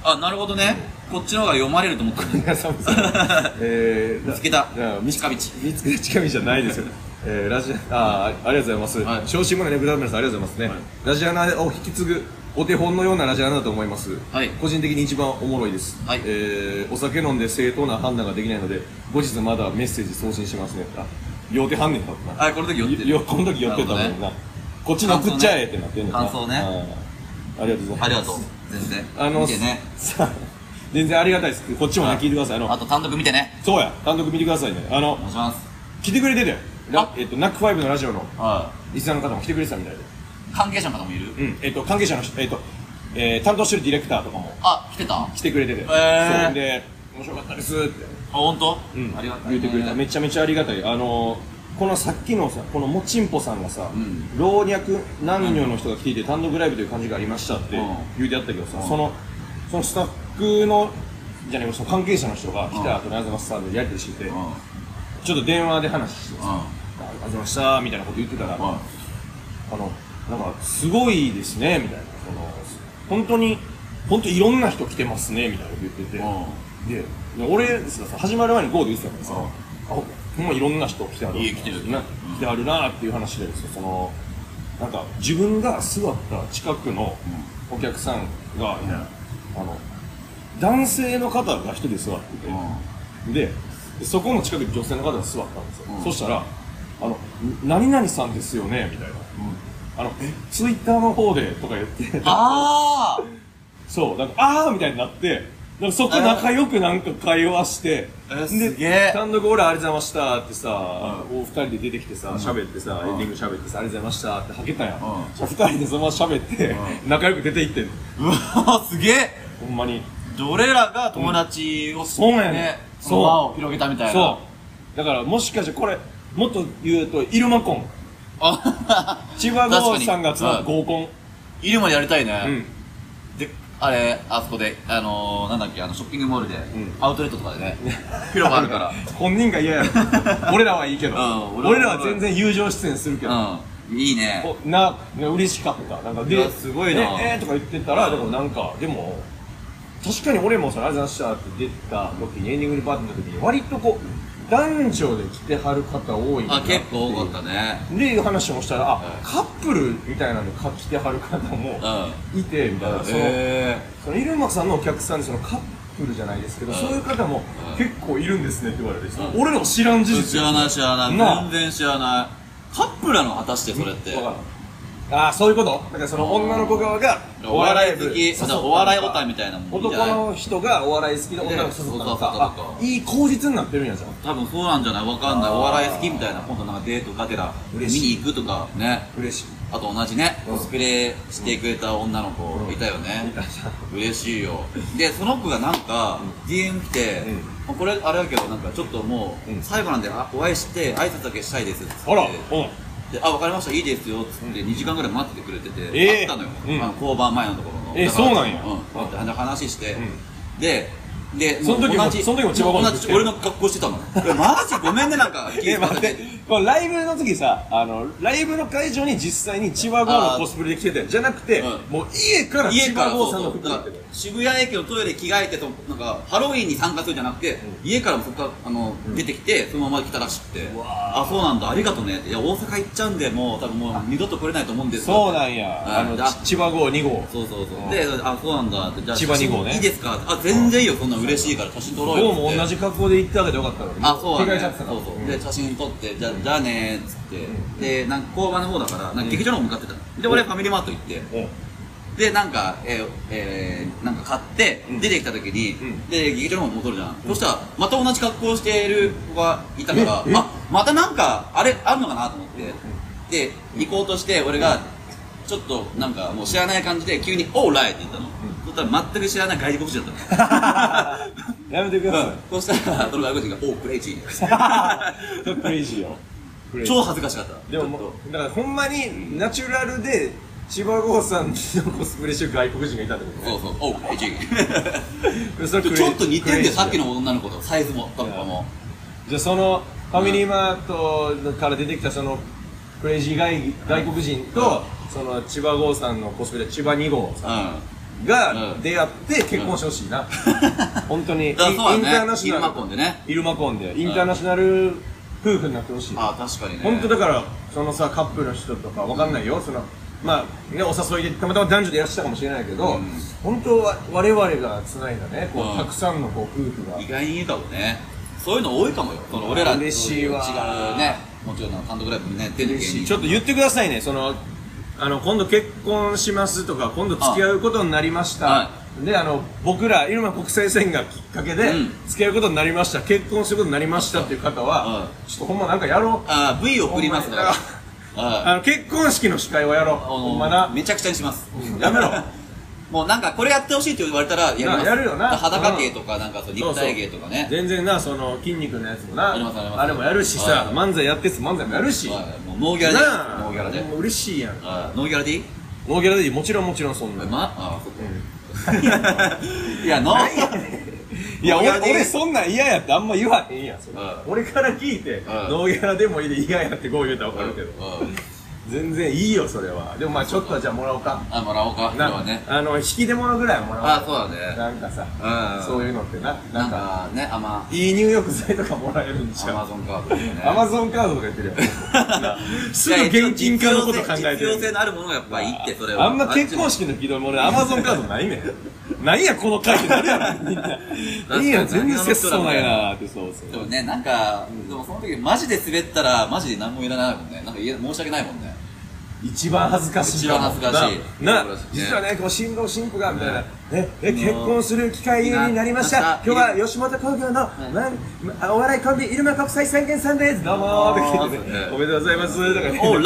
[SPEAKER 3] あなるほどねこっちの方が読まれると思った
[SPEAKER 2] 寒
[SPEAKER 3] [LAUGHS]
[SPEAKER 2] さがえー
[SPEAKER 3] 見つけた
[SPEAKER 2] いや見つ
[SPEAKER 3] 近道
[SPEAKER 2] 見つけた近道じゃないですよえー、ラジあーあありがとうござい
[SPEAKER 3] は
[SPEAKER 2] ま
[SPEAKER 3] い
[SPEAKER 2] す昇進もねブラブラさんありがとうございますね、
[SPEAKER 3] はい
[SPEAKER 2] ラジアナを引き継ぐお手本のようなラジアナだと思います、
[SPEAKER 3] はい
[SPEAKER 2] 個人的に一番おもろいです、
[SPEAKER 3] はい
[SPEAKER 2] えーお酒飲んで正当な判断ができないので後日まだメッセージ送信しますねあ両手半年だったな
[SPEAKER 3] あこの時読んで
[SPEAKER 2] よ
[SPEAKER 3] る
[SPEAKER 2] この時寄ってたもんな
[SPEAKER 3] なるほど
[SPEAKER 2] こっちに送っちゃえってなってんのかな
[SPEAKER 3] 感想ね
[SPEAKER 2] あーありがとうございます
[SPEAKER 3] ありがとう全然
[SPEAKER 2] あの
[SPEAKER 3] 見てね
[SPEAKER 2] さあ全然ありがたいですこっちもね聞いてくださいあの
[SPEAKER 3] あと単独見てね
[SPEAKER 2] そうや、単独見てくださいね。あの
[SPEAKER 3] お、願いします
[SPEAKER 2] 来てくれてたよ。
[SPEAKER 3] あ
[SPEAKER 2] ラえっと、ナックファイブのラジオの
[SPEAKER 3] は
[SPEAKER 2] リスナーの方も来てくれてたみたいで。
[SPEAKER 3] い関係者の方もいる
[SPEAKER 2] うん。えっと、関係者の人、えっと、えー担当してるディレクターとかも
[SPEAKER 3] あ来てたあ
[SPEAKER 2] 来てくれてて。
[SPEAKER 3] ー
[SPEAKER 2] そうで、面白かったですって、
[SPEAKER 3] 本当
[SPEAKER 2] うん、
[SPEAKER 3] ありがとう
[SPEAKER 2] 言ってくれた。めちゃめちゃありがたい。あのこのさっきのさ、このもちんぽさんがさ、
[SPEAKER 3] ん
[SPEAKER 2] 老若男女の人が聞いて単独ライブという感じがありましたって
[SPEAKER 3] うん
[SPEAKER 2] 言うてあったけどさ、
[SPEAKER 3] うん
[SPEAKER 2] その、そのスタッフの、じゃねえ、その関係者の人が来た後、なぜますさんでやりとりしてて、
[SPEAKER 3] うんうん
[SPEAKER 2] ちょっと電話で話してさ、ありがとうございましたみたいなこと言ってたら、
[SPEAKER 3] う
[SPEAKER 2] あ
[SPEAKER 3] ん
[SPEAKER 2] のなんかすごいですねみたいなその本当に本当いろんな人来てますねみたいなこと言ってて、で俺ですがさ始まる前にゴーで言ってたからさ、
[SPEAKER 3] うん
[SPEAKER 2] あほんまいろんな人来てある
[SPEAKER 3] いい来てる
[SPEAKER 2] な
[SPEAKER 3] うん
[SPEAKER 2] 来てあるなっていう話でですよそのなんか自分が座った近くのお客さんが、
[SPEAKER 3] ん
[SPEAKER 2] あの男性の方が一人座ってて、でそこの近くに女性の方が座ったんですよ、
[SPEAKER 3] うん
[SPEAKER 2] そしたら「あのん何々さんですよね」みたいな「あのツイッターの方で」とか言って
[SPEAKER 3] あ
[SPEAKER 2] そうなんか「あー」みたいになってなんかそこ仲良くなんか会話して
[SPEAKER 3] えーすげえ
[SPEAKER 2] 単独俺ありがとうございましたってさ、お二人で出てきてさ喋ってさ、
[SPEAKER 3] うん
[SPEAKER 2] エンディング喋ってさありがとうございましたってはけたやん、
[SPEAKER 3] うん
[SPEAKER 2] じゃあ二人でそのまま喋って、
[SPEAKER 3] う
[SPEAKER 2] 仲良く出て行ってんの
[SPEAKER 3] ーうわすげえ
[SPEAKER 2] ほんまに
[SPEAKER 3] 俺らが友達を
[SPEAKER 2] そうやねん
[SPEAKER 3] ね
[SPEAKER 2] そう
[SPEAKER 3] その輪を広げたみたいな
[SPEAKER 2] そうだからもしかしてこれもっと言うとイルマコン
[SPEAKER 3] あ [LAUGHS]
[SPEAKER 2] 千葉郷さんが集まった
[SPEAKER 3] 確か
[SPEAKER 2] 合コン
[SPEAKER 3] いるまでやりたいうね
[SPEAKER 2] ん
[SPEAKER 3] であれあそこであのーなんだっけあのショッピングモールで
[SPEAKER 2] ん
[SPEAKER 3] アウトレットとかでね広場あ
[SPEAKER 2] [LAUGHS]
[SPEAKER 3] るから
[SPEAKER 2] 本人が嫌やろ俺らはいいけど、
[SPEAKER 3] うん
[SPEAKER 2] 俺らは全然友情出演するけど、
[SPEAKER 3] うんいいね
[SPEAKER 2] おな嬉しかったなんか
[SPEAKER 3] い
[SPEAKER 2] で
[SPEAKER 3] やすごいな
[SPEAKER 2] ねえーとか言ってたらでもなんかでも確かに俺もその「ありがとうございました」って出た時にエンディングにバーって出た時に割とこう男女で来てはる方多いんだなっ
[SPEAKER 3] あ
[SPEAKER 2] ていう
[SPEAKER 3] 結構多かったね
[SPEAKER 2] でいう話もしたらあ、
[SPEAKER 3] うん
[SPEAKER 2] カップルみたいなのか来てはる方も
[SPEAKER 3] う
[SPEAKER 2] いてみたいな、
[SPEAKER 3] ん
[SPEAKER 2] その
[SPEAKER 3] へ
[SPEAKER 2] そのイルマさんのお客さんでそのカップルじゃないですけど、
[SPEAKER 3] うん
[SPEAKER 2] そういう方も
[SPEAKER 3] うん
[SPEAKER 2] 結構いるんですねって言われてさ、
[SPEAKER 3] うん
[SPEAKER 2] 俺らも知らん事
[SPEAKER 3] え
[SPEAKER 2] 実
[SPEAKER 3] 知らない知らない
[SPEAKER 2] なあ
[SPEAKER 3] 全然知らないカップルなの果たしてそれって
[SPEAKER 2] わからんああそういうことだからその女の子側が
[SPEAKER 3] お笑い
[SPEAKER 2] 部
[SPEAKER 3] 好き
[SPEAKER 2] 誘ったのか
[SPEAKER 3] お笑いオタみたいなもんじゃ
[SPEAKER 2] 男
[SPEAKER 3] ない
[SPEAKER 2] の人がお笑い好きで女の子誘ったの
[SPEAKER 3] そうそう
[SPEAKER 2] か
[SPEAKER 3] そうそう
[SPEAKER 2] あいい口実になってるんやじゃん
[SPEAKER 3] 多分そうなんじゃないわかんないお笑い好きみたいな今度なんかデートがてら見
[SPEAKER 2] 嬉し
[SPEAKER 3] に行くとかね
[SPEAKER 2] 嬉しい
[SPEAKER 3] あと同じね
[SPEAKER 2] うん
[SPEAKER 3] コスプレしてくれた女の子いたよね嬉しいよでその子がなんか DM 来て
[SPEAKER 2] うん
[SPEAKER 3] まあこれあれだけどなんかちょっとも
[SPEAKER 2] うん
[SPEAKER 3] う最後なんであお会いして挨拶だけしたいですっつって
[SPEAKER 2] あらうん
[SPEAKER 3] であ分かりましたいいですよっつって2時間ぐらい待っててくれてて、
[SPEAKER 2] ええ
[SPEAKER 3] 会ったのよ、
[SPEAKER 2] うん
[SPEAKER 3] あの交番前のところの
[SPEAKER 2] え
[SPEAKER 3] だから
[SPEAKER 2] そうなんや
[SPEAKER 3] うんで、話して、
[SPEAKER 2] う
[SPEAKER 3] でで
[SPEAKER 2] その時も
[SPEAKER 3] う同じ
[SPEAKER 2] その時も千葉ご飯食
[SPEAKER 3] 同
[SPEAKER 2] っ
[SPEAKER 3] じ
[SPEAKER 2] て
[SPEAKER 3] 俺の格好してたのえマジごめんねなんか
[SPEAKER 2] [LAUGHS]
[SPEAKER 3] 気
[SPEAKER 2] え
[SPEAKER 3] 遣っ
[SPEAKER 2] 待っててこのライブの時さ、あの、ライブの会場に実際に千葉郷のコスプレで来てたよ。じゃなくて、
[SPEAKER 3] うん
[SPEAKER 2] もう家から
[SPEAKER 3] 家
[SPEAKER 2] 千
[SPEAKER 3] か
[SPEAKER 2] 葉
[SPEAKER 3] ら
[SPEAKER 2] 郷
[SPEAKER 3] そう
[SPEAKER 2] さん
[SPEAKER 3] そ
[SPEAKER 2] の
[SPEAKER 3] う
[SPEAKER 2] 服
[SPEAKER 3] だ
[SPEAKER 2] にな
[SPEAKER 3] か
[SPEAKER 2] って
[SPEAKER 3] ら
[SPEAKER 2] たよ。
[SPEAKER 3] 渋谷駅のトイレ着替えてとなんかハロウィンに参加するんじゃなくて、家からもそこからあの、出てきてそのまま来たらしくて
[SPEAKER 2] うわ
[SPEAKER 3] あそうなんだありがとねっていや大阪行っちゃうんでもう多分もう二度と来れないと思うんです
[SPEAKER 2] そうなん
[SPEAKER 3] は
[SPEAKER 2] や。
[SPEAKER 3] い
[SPEAKER 2] あの、
[SPEAKER 3] あ
[SPEAKER 2] ち千葉郷2号。
[SPEAKER 3] そうそうそう、
[SPEAKER 2] うん
[SPEAKER 3] であそうなんだってじゃあ
[SPEAKER 2] 千葉二号ね
[SPEAKER 3] いいですかあ全然いいよそんなん嬉しいから写真撮ろうよ
[SPEAKER 2] 郷
[SPEAKER 3] って
[SPEAKER 2] も同じ格好で行ってあげてよかったのに。
[SPEAKER 3] あ、そうだ
[SPEAKER 2] 着替え
[SPEAKER 3] ね
[SPEAKER 2] ちゃってたか
[SPEAKER 3] そ
[SPEAKER 2] ら
[SPEAKER 3] うそうう。
[SPEAKER 2] ん
[SPEAKER 3] で、写真撮って、じゃ、じゃあねーっつって。で、なんか工場の方だから、なんか劇場の方向かってたの。で、俺ファミリーマート行って。
[SPEAKER 2] うん
[SPEAKER 3] で、なんか、えーえーなんか買って
[SPEAKER 2] うん、
[SPEAKER 3] 出てきた時に、
[SPEAKER 2] ん
[SPEAKER 3] で、劇場の方戻るじゃん。そしたら、また同じ格好してる子がいたから、
[SPEAKER 2] ええ
[SPEAKER 3] あ、またなんか、あれ、あるのかなと思って。で、行こうとして、俺が、ちょっと、なんか、もう知らない感じで、急に、オーライって言ったの。そしたら、全く知らない外国人だったの。
[SPEAKER 2] やめてくださ
[SPEAKER 3] そしたら、その外国人が、おー、クレイジーって。
[SPEAKER 2] い。ちょっとクレイジーよ。クレイジー
[SPEAKER 3] 超恥ずかしかった。
[SPEAKER 2] でももう、だからほんまにナチュラルで、千葉郷さんのコスプレしてる外国人がいたってこと
[SPEAKER 3] そう
[SPEAKER 2] ね。
[SPEAKER 3] そう、おう、クレイジ
[SPEAKER 2] それクレイ
[SPEAKER 3] ー。[LAUGHS] ちょっと似てんだよ、
[SPEAKER 2] クレイジー
[SPEAKER 3] さっきの女の子と、サイズも、多分も。
[SPEAKER 2] じゃあそのファミリーマートから出てきたそのクレイジー外外国人とその千葉郷さんのコスプレ千葉2号
[SPEAKER 3] う
[SPEAKER 2] さ
[SPEAKER 3] ん。あ
[SPEAKER 2] んが
[SPEAKER 3] うん
[SPEAKER 2] 出会って結婚してほしいな、本当にインイン
[SPEAKER 3] だからそうだね
[SPEAKER 2] ターナショナル
[SPEAKER 3] イルマコンでね
[SPEAKER 2] イルマコンでインターナショナル夫婦になってほしい、
[SPEAKER 3] あ、確かにね。
[SPEAKER 2] 本当だからそのさカップルの人とかわかんないよ、そのまあね、お誘いでたまたま男女でいらっしゃったかもしれないけど、
[SPEAKER 3] うん
[SPEAKER 2] 本当は我々がつないだねこう、
[SPEAKER 3] うん
[SPEAKER 2] たくさんのこう夫婦が
[SPEAKER 3] 意外にいいかもね。そういうの多いかもよ。その俺らと
[SPEAKER 2] 嬉しいわ
[SPEAKER 3] 違うね。もちろん、単独ライブにね、出てる芸人
[SPEAKER 2] ちょっと言ってくださいね、その、あの、今度結婚しますとか、今度付き合うことになりました。
[SPEAKER 3] は
[SPEAKER 2] で、あの、僕ら、入間国際線がきっかけで
[SPEAKER 3] うん、
[SPEAKER 2] 付き合うことになりました、結婚することになりましたっていう方は、ちょっとほんまなんかやろう。
[SPEAKER 3] あ、V 送りますから。はい
[SPEAKER 2] あの、結婚式の司会をやろう。
[SPEAKER 3] あ
[SPEAKER 2] ほんま
[SPEAKER 3] の
[SPEAKER 2] な。
[SPEAKER 3] めちゃくちゃにします。 [LAUGHS]
[SPEAKER 2] やめろ。
[SPEAKER 3] もうなんか、これやってほしいって言われたら、やりま
[SPEAKER 2] な
[SPEAKER 3] す。
[SPEAKER 2] やるよな
[SPEAKER 3] 裸芸とか、なんか、そう立体芸とかね。
[SPEAKER 2] 全然な、その、筋肉のやつもな、
[SPEAKER 3] やりますやります
[SPEAKER 2] あれもやるしさ
[SPEAKER 3] は、い
[SPEAKER 2] 漫才やってつ漫才もやるし。
[SPEAKER 3] はいもうノーギャラで。
[SPEAKER 2] なあ、
[SPEAKER 3] ノーギャラで。
[SPEAKER 2] もう嬉しいやん。
[SPEAKER 3] はいノーギャラでいい
[SPEAKER 2] ノーギャラでいいもちろんもちろんそんな。
[SPEAKER 3] ま
[SPEAKER 2] [LAUGHS]
[SPEAKER 3] あ、そっ
[SPEAKER 2] うん
[SPEAKER 3] かいや、ノーギャラ
[SPEAKER 2] いや、俺
[SPEAKER 3] ノーギャラでいい
[SPEAKER 2] 俺そんなん嫌やってあんま言わへんやん、それ
[SPEAKER 3] うん
[SPEAKER 2] 俺から聞いて、ノーギャラでもいいで嫌やってこう言うたら分かるけど、
[SPEAKER 3] うん
[SPEAKER 2] 全然いいよ、それは。でもまあちょっとはじゃあもらおうか。
[SPEAKER 3] あ、もらおうか。今日
[SPEAKER 2] な
[SPEAKER 3] はね。
[SPEAKER 2] あの、引き出物ぐらいはもらおう
[SPEAKER 3] あ、
[SPEAKER 2] か。
[SPEAKER 3] そうだね。
[SPEAKER 2] なんかさ、
[SPEAKER 3] うん。
[SPEAKER 2] そういうのってな、な
[SPEAKER 3] なんん
[SPEAKER 2] か、
[SPEAKER 3] かね、アマ、
[SPEAKER 2] いい入浴剤とかもらえるん
[SPEAKER 3] ア
[SPEAKER 2] ちゃ
[SPEAKER 3] マ
[SPEAKER 2] う
[SPEAKER 3] ゾンカードですね。
[SPEAKER 2] アマゾンカードとか言ってるよ。
[SPEAKER 3] [LAUGHS]
[SPEAKER 2] なすぐ現金化のこと考えて
[SPEAKER 3] 実用性
[SPEAKER 2] る。
[SPEAKER 3] のあるものがやっぱいいって、それは。
[SPEAKER 2] あんま結婚
[SPEAKER 3] し
[SPEAKER 2] 式の軌道も俺アマゾンカードないねん。なんやこの会ってなるやろ、みんな。いいやん、全然節操ないなーって、そうそう。
[SPEAKER 3] でもね、なんか、でもその時マジで滑ったら、マジで何もいらないもんね。なんか言え申し訳ないもんね。
[SPEAKER 2] 一番恥ずかしいかも
[SPEAKER 3] 一番恥ずかしい
[SPEAKER 2] な
[SPEAKER 3] そう
[SPEAKER 2] な
[SPEAKER 3] ですね
[SPEAKER 2] 実はねこう新郎新婦がみたいな、
[SPEAKER 3] ね
[SPEAKER 2] ねえ
[SPEAKER 3] ね
[SPEAKER 2] 結婚する機会になりました
[SPEAKER 3] な
[SPEAKER 2] 今日は吉本興業の、まあお笑いコンビ入間国際宣言さんですどうもーって聞いて、ね
[SPEAKER 3] ね、
[SPEAKER 2] おめでとうございますとかね
[SPEAKER 3] オーライ
[SPEAKER 2] オー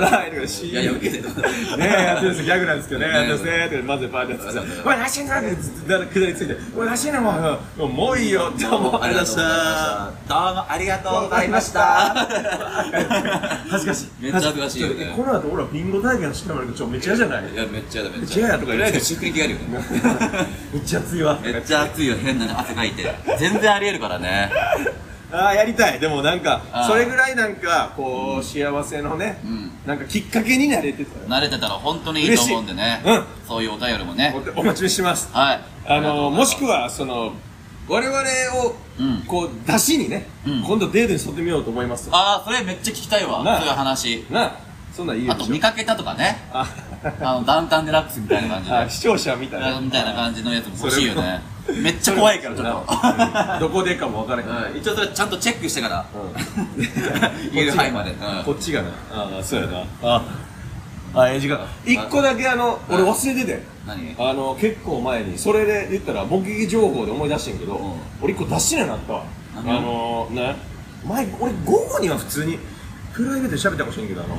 [SPEAKER 2] ライとかし
[SPEAKER 3] いやいや、受けてた。 [LAUGHS]
[SPEAKER 2] ねえ、やってるんですよギャグなんですけどね、
[SPEAKER 3] ね
[SPEAKER 2] やってますねって、まずパーティーやって
[SPEAKER 3] ね
[SPEAKER 2] て、おい、らしいなって、ずっとくだりついて、おい、らしいな、もう、うんもういいよ、どうも、ありがとうござい [LAUGHS] まし。
[SPEAKER 3] どうもありがとうございました [LAUGHS] た。
[SPEAKER 2] 恥ずかしい。
[SPEAKER 3] めっちゃ
[SPEAKER 2] [LAUGHS]
[SPEAKER 3] 恥ずかしいよね
[SPEAKER 2] ちょっとこの後、俺はビンゴ大会のしかもあるけど、ちょ、めっちゃ嫌じゃ
[SPEAKER 3] [LAUGHS]
[SPEAKER 2] ない
[SPEAKER 3] いや、めっちゃやだ、めっ
[SPEAKER 2] めっちゃやだと
[SPEAKER 3] と
[SPEAKER 2] か言って
[SPEAKER 3] か言って。とりあえず、食に着替えるよね。
[SPEAKER 2] [LAUGHS] めっちゃ熱いわ
[SPEAKER 3] めっちゃ暑いよ、変なね汗かいて。全然ありえるからね。
[SPEAKER 2] ああやりたいでもなんか
[SPEAKER 3] あー
[SPEAKER 2] それぐらいなんかこう、幸せのね、
[SPEAKER 3] ん
[SPEAKER 2] なんかきっかけになれ
[SPEAKER 3] [LAUGHS]
[SPEAKER 2] てたよ
[SPEAKER 3] 慣れてたら本当にいいと思うんでね。
[SPEAKER 2] 嬉しいうん
[SPEAKER 3] そういうお便りもね。
[SPEAKER 2] おお待ちしてます
[SPEAKER 3] はい。
[SPEAKER 2] あのもしく
[SPEAKER 3] は、
[SPEAKER 2] はその我々を
[SPEAKER 3] うん
[SPEAKER 2] こう出しにね、
[SPEAKER 3] うん
[SPEAKER 2] 今度デートに沿ってみようと思いますと
[SPEAKER 3] ああ、それめっちゃ聞きたいわ。
[SPEAKER 2] なあ
[SPEAKER 3] そういう話。
[SPEAKER 2] なあそんなんいい
[SPEAKER 3] あ
[SPEAKER 2] で
[SPEAKER 3] と、
[SPEAKER 2] しょ
[SPEAKER 3] 見かけたとかね。
[SPEAKER 2] あ [LAUGHS]
[SPEAKER 3] あの、ダウンタウンデラックスみたいな感じ
[SPEAKER 2] あ
[SPEAKER 3] で。
[SPEAKER 2] 視聴者みたいな
[SPEAKER 3] みたいな感じのやつも欲しいよね。めっち
[SPEAKER 2] そ
[SPEAKER 3] ゃ
[SPEAKER 2] れ
[SPEAKER 3] 怖いから、ちょっと。
[SPEAKER 2] などこでかも分からへん、
[SPEAKER 3] うん一応それちゃんとチェックしてから。
[SPEAKER 2] うん
[SPEAKER 3] 言う範囲まで。うん
[SPEAKER 2] こっちがなああそうやなああええ時間一個だけあの俺忘れてて
[SPEAKER 3] 何
[SPEAKER 2] あの結構前にそれで言ったら目撃情報で思い出してんけど、
[SPEAKER 3] ん
[SPEAKER 2] 俺一個出しななったわあ
[SPEAKER 3] 何
[SPEAKER 2] のね前俺午後には普通にプライベートで喋ったかもしれんけどあ
[SPEAKER 3] う
[SPEAKER 2] の、
[SPEAKER 3] ん。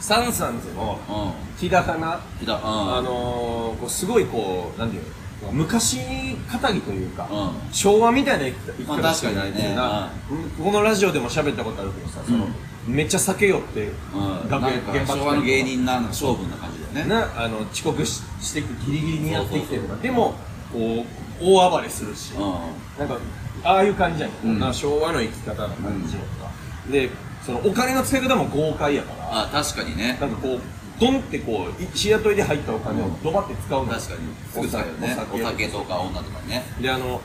[SPEAKER 2] サンサンズの
[SPEAKER 3] うん。
[SPEAKER 2] 日高な、
[SPEAKER 3] 来た。うん。
[SPEAKER 2] あのーこうすごいこうなんていうの昔肩着というか、
[SPEAKER 3] う
[SPEAKER 2] 昭和みたいな生き
[SPEAKER 3] まあ
[SPEAKER 2] 方してる
[SPEAKER 3] 確かにね
[SPEAKER 2] な、うんこのラジオでも喋ったことあるけどさ、そのめっちゃ酒酔って、
[SPEAKER 3] うん。なん
[SPEAKER 2] 楽
[SPEAKER 3] か
[SPEAKER 2] 屋現場来たりとか
[SPEAKER 3] 昭和の芸人なの勝負な感じだよね。
[SPEAKER 2] なあの遅刻ししてギリギリにやってきてるとかでもこう大暴れするし、
[SPEAKER 3] うん。
[SPEAKER 2] なんかああいう感じやん、
[SPEAKER 3] うん
[SPEAKER 2] な昭和の生き方の感じとか、でそのお金の使い方も豪快やから
[SPEAKER 3] あ確かにね
[SPEAKER 2] なんかこうドンってこうい日雇いで入ったお金をドバって使うの
[SPEAKER 3] 確かにすぐ使うよねお
[SPEAKER 2] お酒
[SPEAKER 3] 酒とか女とかね
[SPEAKER 2] であの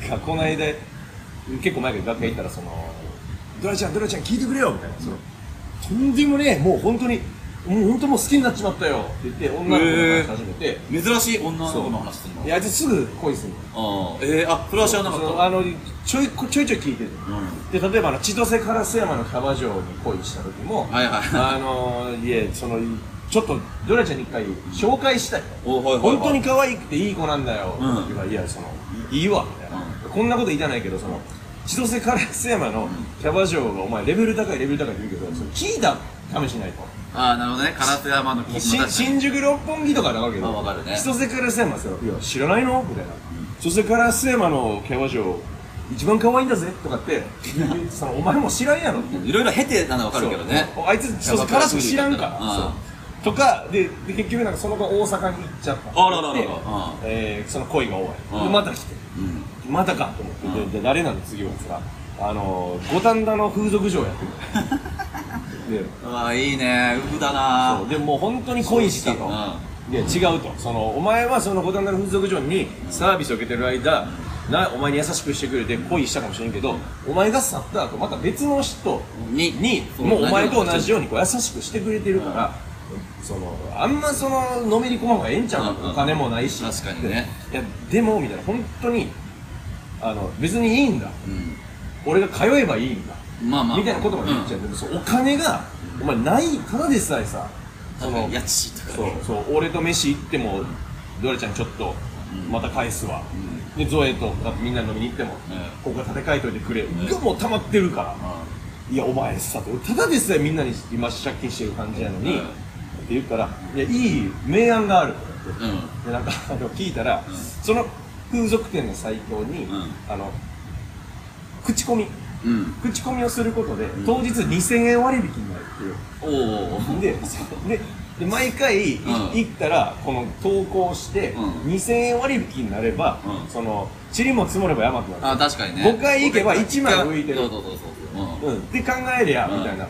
[SPEAKER 2] なんかこの間結構前から楽屋行ったらその「ドラちゃんドラちゃん聞いてくれよ」みたいなそのとんでもねえもう本当にもう本当もう好きになっちまったよって言って女の子の話始めて、
[SPEAKER 3] 珍しい女の子の話すんの
[SPEAKER 2] いやあいつすぐ恋するの
[SPEAKER 3] あーえー、あそれは知らなかった
[SPEAKER 2] その
[SPEAKER 3] わ
[SPEAKER 2] あのちょいこちょいちょい聞いてる、で例えばあの千歳烏山のキャバ嬢に恋した時も、
[SPEAKER 3] はいはい
[SPEAKER 2] あのいえそのちょっとドラちゃんに一回紹介したい
[SPEAKER 3] おはいはいはい
[SPEAKER 2] 本当に可愛くていい子なんだよ、
[SPEAKER 3] うん
[SPEAKER 2] って言うからいやそのいいいわみたいな、こんなこと言いたないけどその千歳烏山のキャバ嬢がお前レベル高いレベル高いって言うけどそれ聞いた試しないと
[SPEAKER 3] あーなるほどね烏山の
[SPEAKER 2] し
[SPEAKER 3] まあ確かに
[SPEAKER 2] 新宿六本木とかだわけど、
[SPEAKER 3] あわかるね
[SPEAKER 2] 千歳から須山さいや知らないのみたいな、千歳から須山のキャバ嬢一番可愛いんだぜとかって
[SPEAKER 3] [LAUGHS]
[SPEAKER 2] そのお前も知らんやろって
[SPEAKER 3] いろいろ経てなの分かるけどね
[SPEAKER 2] そうあいつ千歳から須知らんから
[SPEAKER 3] うん
[SPEAKER 2] そうとかでで結局なんかその後大阪に行っちゃった
[SPEAKER 3] あらららら
[SPEAKER 2] で
[SPEAKER 3] うん
[SPEAKER 2] えーその恋が終わり、
[SPEAKER 3] うん
[SPEAKER 2] でまた来て
[SPEAKER 3] うん
[SPEAKER 2] またかと思って、でで誰なんで次はさあのー五反田の風俗嬢やってるで
[SPEAKER 3] [LAUGHS] うわいいねうぶだな
[SPEAKER 2] そうでもう本当に恋したと、
[SPEAKER 3] うん
[SPEAKER 2] で違うとそのお前はその五反田の風俗嬢にサービスを受けてる間なお前に優しくしてくれて恋したかもしれんけどお前が去った後また別の人
[SPEAKER 3] に
[SPEAKER 2] に
[SPEAKER 3] そう
[SPEAKER 2] もうお前と同じようにこう優しくしてくれてるから、そのあんまそののめり込まん方がええんちゃう
[SPEAKER 3] うんうん
[SPEAKER 2] お金もないし
[SPEAKER 3] 確かにね
[SPEAKER 2] いやでもみたいな本当にあの別にいいんだ
[SPEAKER 3] うん
[SPEAKER 2] 俺が通えばいいんだ
[SPEAKER 3] まあまあ
[SPEAKER 2] みたいなことまで言っちゃう、でもそうお金がお前ないからでさえさ
[SPEAKER 3] う
[SPEAKER 2] そ
[SPEAKER 3] ん
[SPEAKER 2] の
[SPEAKER 3] 家賃とか
[SPEAKER 2] そうそう俺と飯行ってもドラちゃんちょっとまた返すわ、でゾエとみんな飲みに行っても、ここが立て替えといてくれ、もう溜まってるから、いやお前さ俺ただでさえみんなに今借金してる感じなのに、
[SPEAKER 3] うん
[SPEAKER 2] って言ったらいやいい明暗がある
[SPEAKER 3] うんうん
[SPEAKER 2] でなんか [LAUGHS] あの聞いたら、その風俗店のサイトに、
[SPEAKER 3] うん
[SPEAKER 2] あの口コミ
[SPEAKER 3] うん
[SPEAKER 2] 口コミをすることで、当日2000円割引になるっていう
[SPEAKER 3] おお
[SPEAKER 2] ででで毎回い
[SPEAKER 3] うん
[SPEAKER 2] 行ったらこの投稿して
[SPEAKER 3] う
[SPEAKER 2] 2000円割引になれば
[SPEAKER 3] うん
[SPEAKER 2] その塵も積もれば山とな
[SPEAKER 3] あ
[SPEAKER 2] る
[SPEAKER 3] 確かにね
[SPEAKER 2] 五回行けば一枚浮いてる
[SPEAKER 3] そうそうそうそううん
[SPEAKER 2] うんって考えりゃ
[SPEAKER 3] うん
[SPEAKER 2] みたいな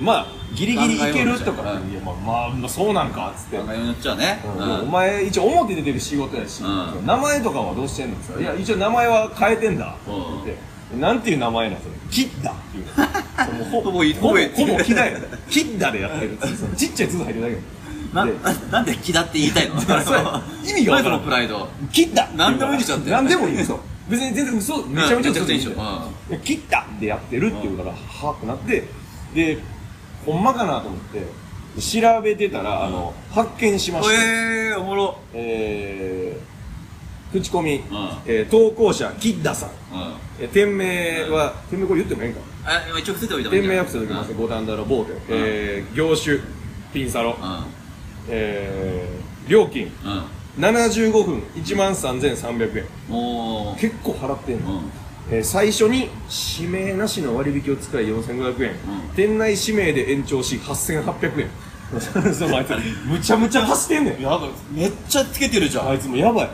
[SPEAKER 2] まあギリギリいけると
[SPEAKER 3] 考え
[SPEAKER 2] か
[SPEAKER 3] よう
[SPEAKER 2] いやまあまあまあそうなんかっつって
[SPEAKER 3] 考えようによっちゃね
[SPEAKER 2] うん
[SPEAKER 3] う
[SPEAKER 2] で
[SPEAKER 3] ん
[SPEAKER 2] もお前一応表出てる仕事やし
[SPEAKER 3] うん
[SPEAKER 2] 名前とかはどうしてんのって言ったらいや一応名前は変えてんだ」
[SPEAKER 3] うん
[SPEAKER 2] って言って「なんていう名前なんそれキッ
[SPEAKER 3] [LAUGHS]
[SPEAKER 2] ダ」っていうそうもうほほ
[SPEAKER 3] ほぼ
[SPEAKER 2] ぼ
[SPEAKER 3] い
[SPEAKER 2] ほぼ
[SPEAKER 3] ほぼ
[SPEAKER 2] キダやキッダでやってるっていうそのちっちゃい「つ」入ってるだけ
[SPEAKER 3] な
[SPEAKER 2] で
[SPEAKER 3] なんで気だって言いたい
[SPEAKER 2] [LAUGHS]
[SPEAKER 3] の
[SPEAKER 2] そう意味がわ
[SPEAKER 3] 何
[SPEAKER 2] から
[SPEAKER 3] その
[SPEAKER 2] ん
[SPEAKER 3] プライド
[SPEAKER 2] 切った
[SPEAKER 3] 何でもいいでしょだって
[SPEAKER 2] 何でもいいよ
[SPEAKER 3] [LAUGHS]
[SPEAKER 2] そう別に全然嘘めちゃめちゃ嘘でいいんだよ
[SPEAKER 3] めちゃく
[SPEAKER 2] で切ったってやってるっていうから、はぁってなってでほんまかなと思って調べてたら、あの発見しました、
[SPEAKER 3] ええおもろ
[SPEAKER 2] えー口コミ、えー投稿者キッダさん、
[SPEAKER 3] うん
[SPEAKER 2] えー店名は、店名これ言ってもええんか
[SPEAKER 3] あ今一応伏せておいた方がい
[SPEAKER 2] 店
[SPEAKER 3] いんじ
[SPEAKER 2] 名
[SPEAKER 3] ゃな
[SPEAKER 2] よ
[SPEAKER 3] い
[SPEAKER 2] くしておきます五反田の某店、えー業種ピンサロ、えー料金
[SPEAKER 3] うんうん
[SPEAKER 2] 75分1万3300円
[SPEAKER 3] うんおー
[SPEAKER 2] 結構払ってん
[SPEAKER 3] う
[SPEAKER 2] の、
[SPEAKER 3] ん
[SPEAKER 2] えー最初に指名なしの割引を使い4500円、
[SPEAKER 3] ん
[SPEAKER 2] 店内指名で延長し8800円 [LAUGHS] そうあいつむちゃむちゃ走ってんねん
[SPEAKER 3] やばいめっちゃつけてるじゃん
[SPEAKER 2] あいつもやばい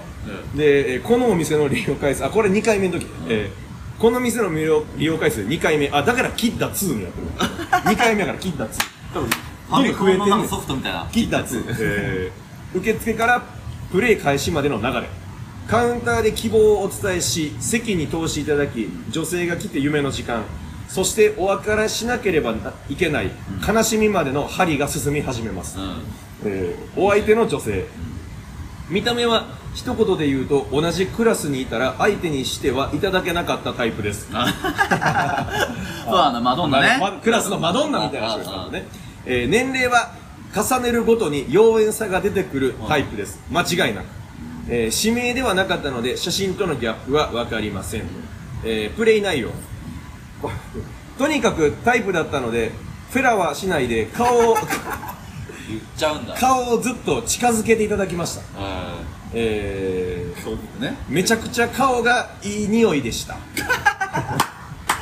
[SPEAKER 2] で、えーこのお店の利用回数あこれ2回目の時、えーこの店の利用利用回数2回目あだからキッダ2にやってる2回目やからキッダ2多分
[SPEAKER 3] ハン
[SPEAKER 2] どれ増えてんねん
[SPEAKER 3] ソフトみたいな
[SPEAKER 2] キッダ2、えー受付からプレイ開始までの流れカウンターで希望をお伝えし席に通していただき女性が来て夢の時間そしてお別れしなければないけない悲しみまでの針が進み始めます、
[SPEAKER 3] うん
[SPEAKER 2] えーお相手の女性見た目は一言で言うと同じクラスにいたら相手にしてはいただけなかったタイプです
[SPEAKER 3] そうだなマドンナね
[SPEAKER 2] まクラスのマドンナみたいな人ですからね、えー年齢は重ねるごとに妖艶さが出てくるタイプです間違いなく、えー指名ではなかったので写真とのギャップは分かりません、えープレイ内容 [LAUGHS] ことにかくタイプだったのでフェラはしないで顔を [LAUGHS]
[SPEAKER 3] 言っちゃうんだ
[SPEAKER 2] 顔をずっと近づけていただきました、
[SPEAKER 3] う
[SPEAKER 2] えー
[SPEAKER 3] んそういうことね
[SPEAKER 2] めちゃくちゃ顔がいい匂いで
[SPEAKER 3] [LAUGHS]
[SPEAKER 2] した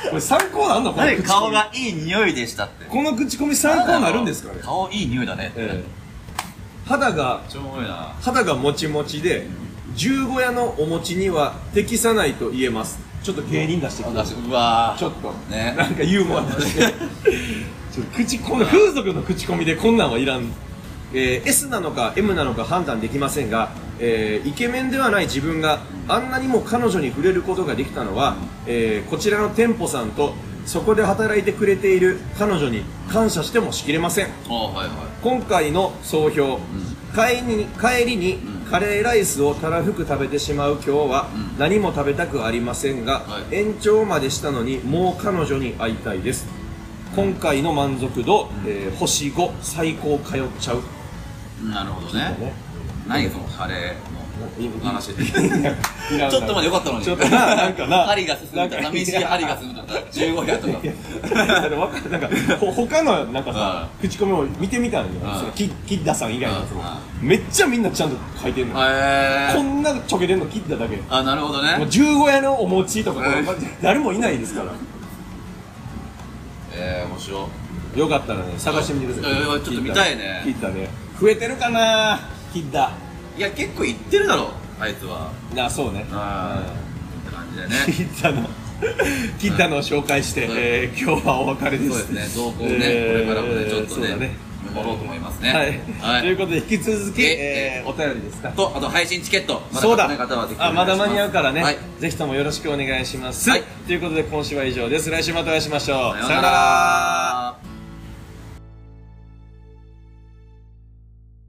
[SPEAKER 2] これ参考なんのこの口コミ
[SPEAKER 3] 何顔がいい匂いでしたって
[SPEAKER 2] この口コミ参考になるんですからね、
[SPEAKER 3] 顔いい匂いだね
[SPEAKER 2] ええ肌が
[SPEAKER 3] 超重いな
[SPEAKER 2] 肌がもちもちで十五夜のお餅には適さないと言えますちょっと芸人出してき
[SPEAKER 3] あ
[SPEAKER 2] た
[SPEAKER 3] 出し
[SPEAKER 2] ち
[SPEAKER 3] うわー
[SPEAKER 2] ょっと
[SPEAKER 3] ね
[SPEAKER 2] なんかユーモア出して [LAUGHS] ちょっと口この風俗の口コミでこんなんはいらんえー S なのか M なのか判断できませんが、えーイケメンではない自分があんなにも彼女に触れることができたのは、えーこちらの店舗さんとそこで働いてくれている彼女に感謝してもしきれません
[SPEAKER 3] あはいは
[SPEAKER 2] 今回の総評、帰りに帰りにカレーライスをたらふく食べてしまう今日は
[SPEAKER 3] うん
[SPEAKER 2] 何も食べたくありませんが、
[SPEAKER 3] はい
[SPEAKER 2] 延長までしたのにもう彼女に会いたいです今回の満足度、えー星5最高通っちゃう、
[SPEAKER 3] いなるほどね何そのカレーの
[SPEAKER 2] [LAUGHS]
[SPEAKER 3] 話ち
[SPEAKER 2] ち
[SPEAKER 3] ょっとまでよかったのに
[SPEAKER 2] ちょっとななんかな
[SPEAKER 3] 針が進んだ寂しい針が進んだ15夜と
[SPEAKER 2] [LAUGHS]
[SPEAKER 3] か
[SPEAKER 2] あのわかるなんかほ他のなんかさ口コミを見てみたのよ
[SPEAKER 3] うん
[SPEAKER 2] そのキキッダさん以外のやつも
[SPEAKER 3] う
[SPEAKER 2] めっちゃみんなちゃんと書いてんの
[SPEAKER 3] へ
[SPEAKER 2] こ
[SPEAKER 3] え
[SPEAKER 2] んなちょけてんの切っただけも
[SPEAKER 3] あなるほど
[SPEAKER 2] う
[SPEAKER 3] ね
[SPEAKER 2] 15夜のお餅とか
[SPEAKER 3] うん
[SPEAKER 2] こう誰もいないですから
[SPEAKER 3] ええ面白
[SPEAKER 2] よかったらね探してみてください
[SPEAKER 3] うんうんちょっと見たいね
[SPEAKER 2] 切ったね増えてるかな切った
[SPEAKER 3] いや結構行ってるだろあいつは
[SPEAKER 2] なそうね
[SPEAKER 3] あって感じでね
[SPEAKER 2] [LAUGHS] 切ったの切ったのを紹介して、
[SPEAKER 3] うん
[SPEAKER 2] えー今日はお別れで
[SPEAKER 3] そう
[SPEAKER 2] す
[SPEAKER 3] ですね、動向ね、
[SPEAKER 2] えー
[SPEAKER 3] これからもね、ちょっと
[SPEAKER 2] そうだ
[SPEAKER 3] ね、見守ろうと思いますね。
[SPEAKER 2] はい、と
[SPEAKER 3] い
[SPEAKER 2] いうことで引き続き、
[SPEAKER 3] え
[SPEAKER 2] えーお便りですか
[SPEAKER 3] と、あと配信チケット、ま
[SPEAKER 2] そうだ
[SPEAKER 3] 買ってない方はぜひ
[SPEAKER 2] あ
[SPEAKER 3] お願
[SPEAKER 2] ま
[SPEAKER 3] い
[SPEAKER 2] だ
[SPEAKER 3] しす
[SPEAKER 2] 間に合うからね、
[SPEAKER 3] はい
[SPEAKER 2] ぜひともよろしくお願いします、
[SPEAKER 3] はい
[SPEAKER 2] ということで今週は以上です来週またお会いしましょう
[SPEAKER 3] さようなら。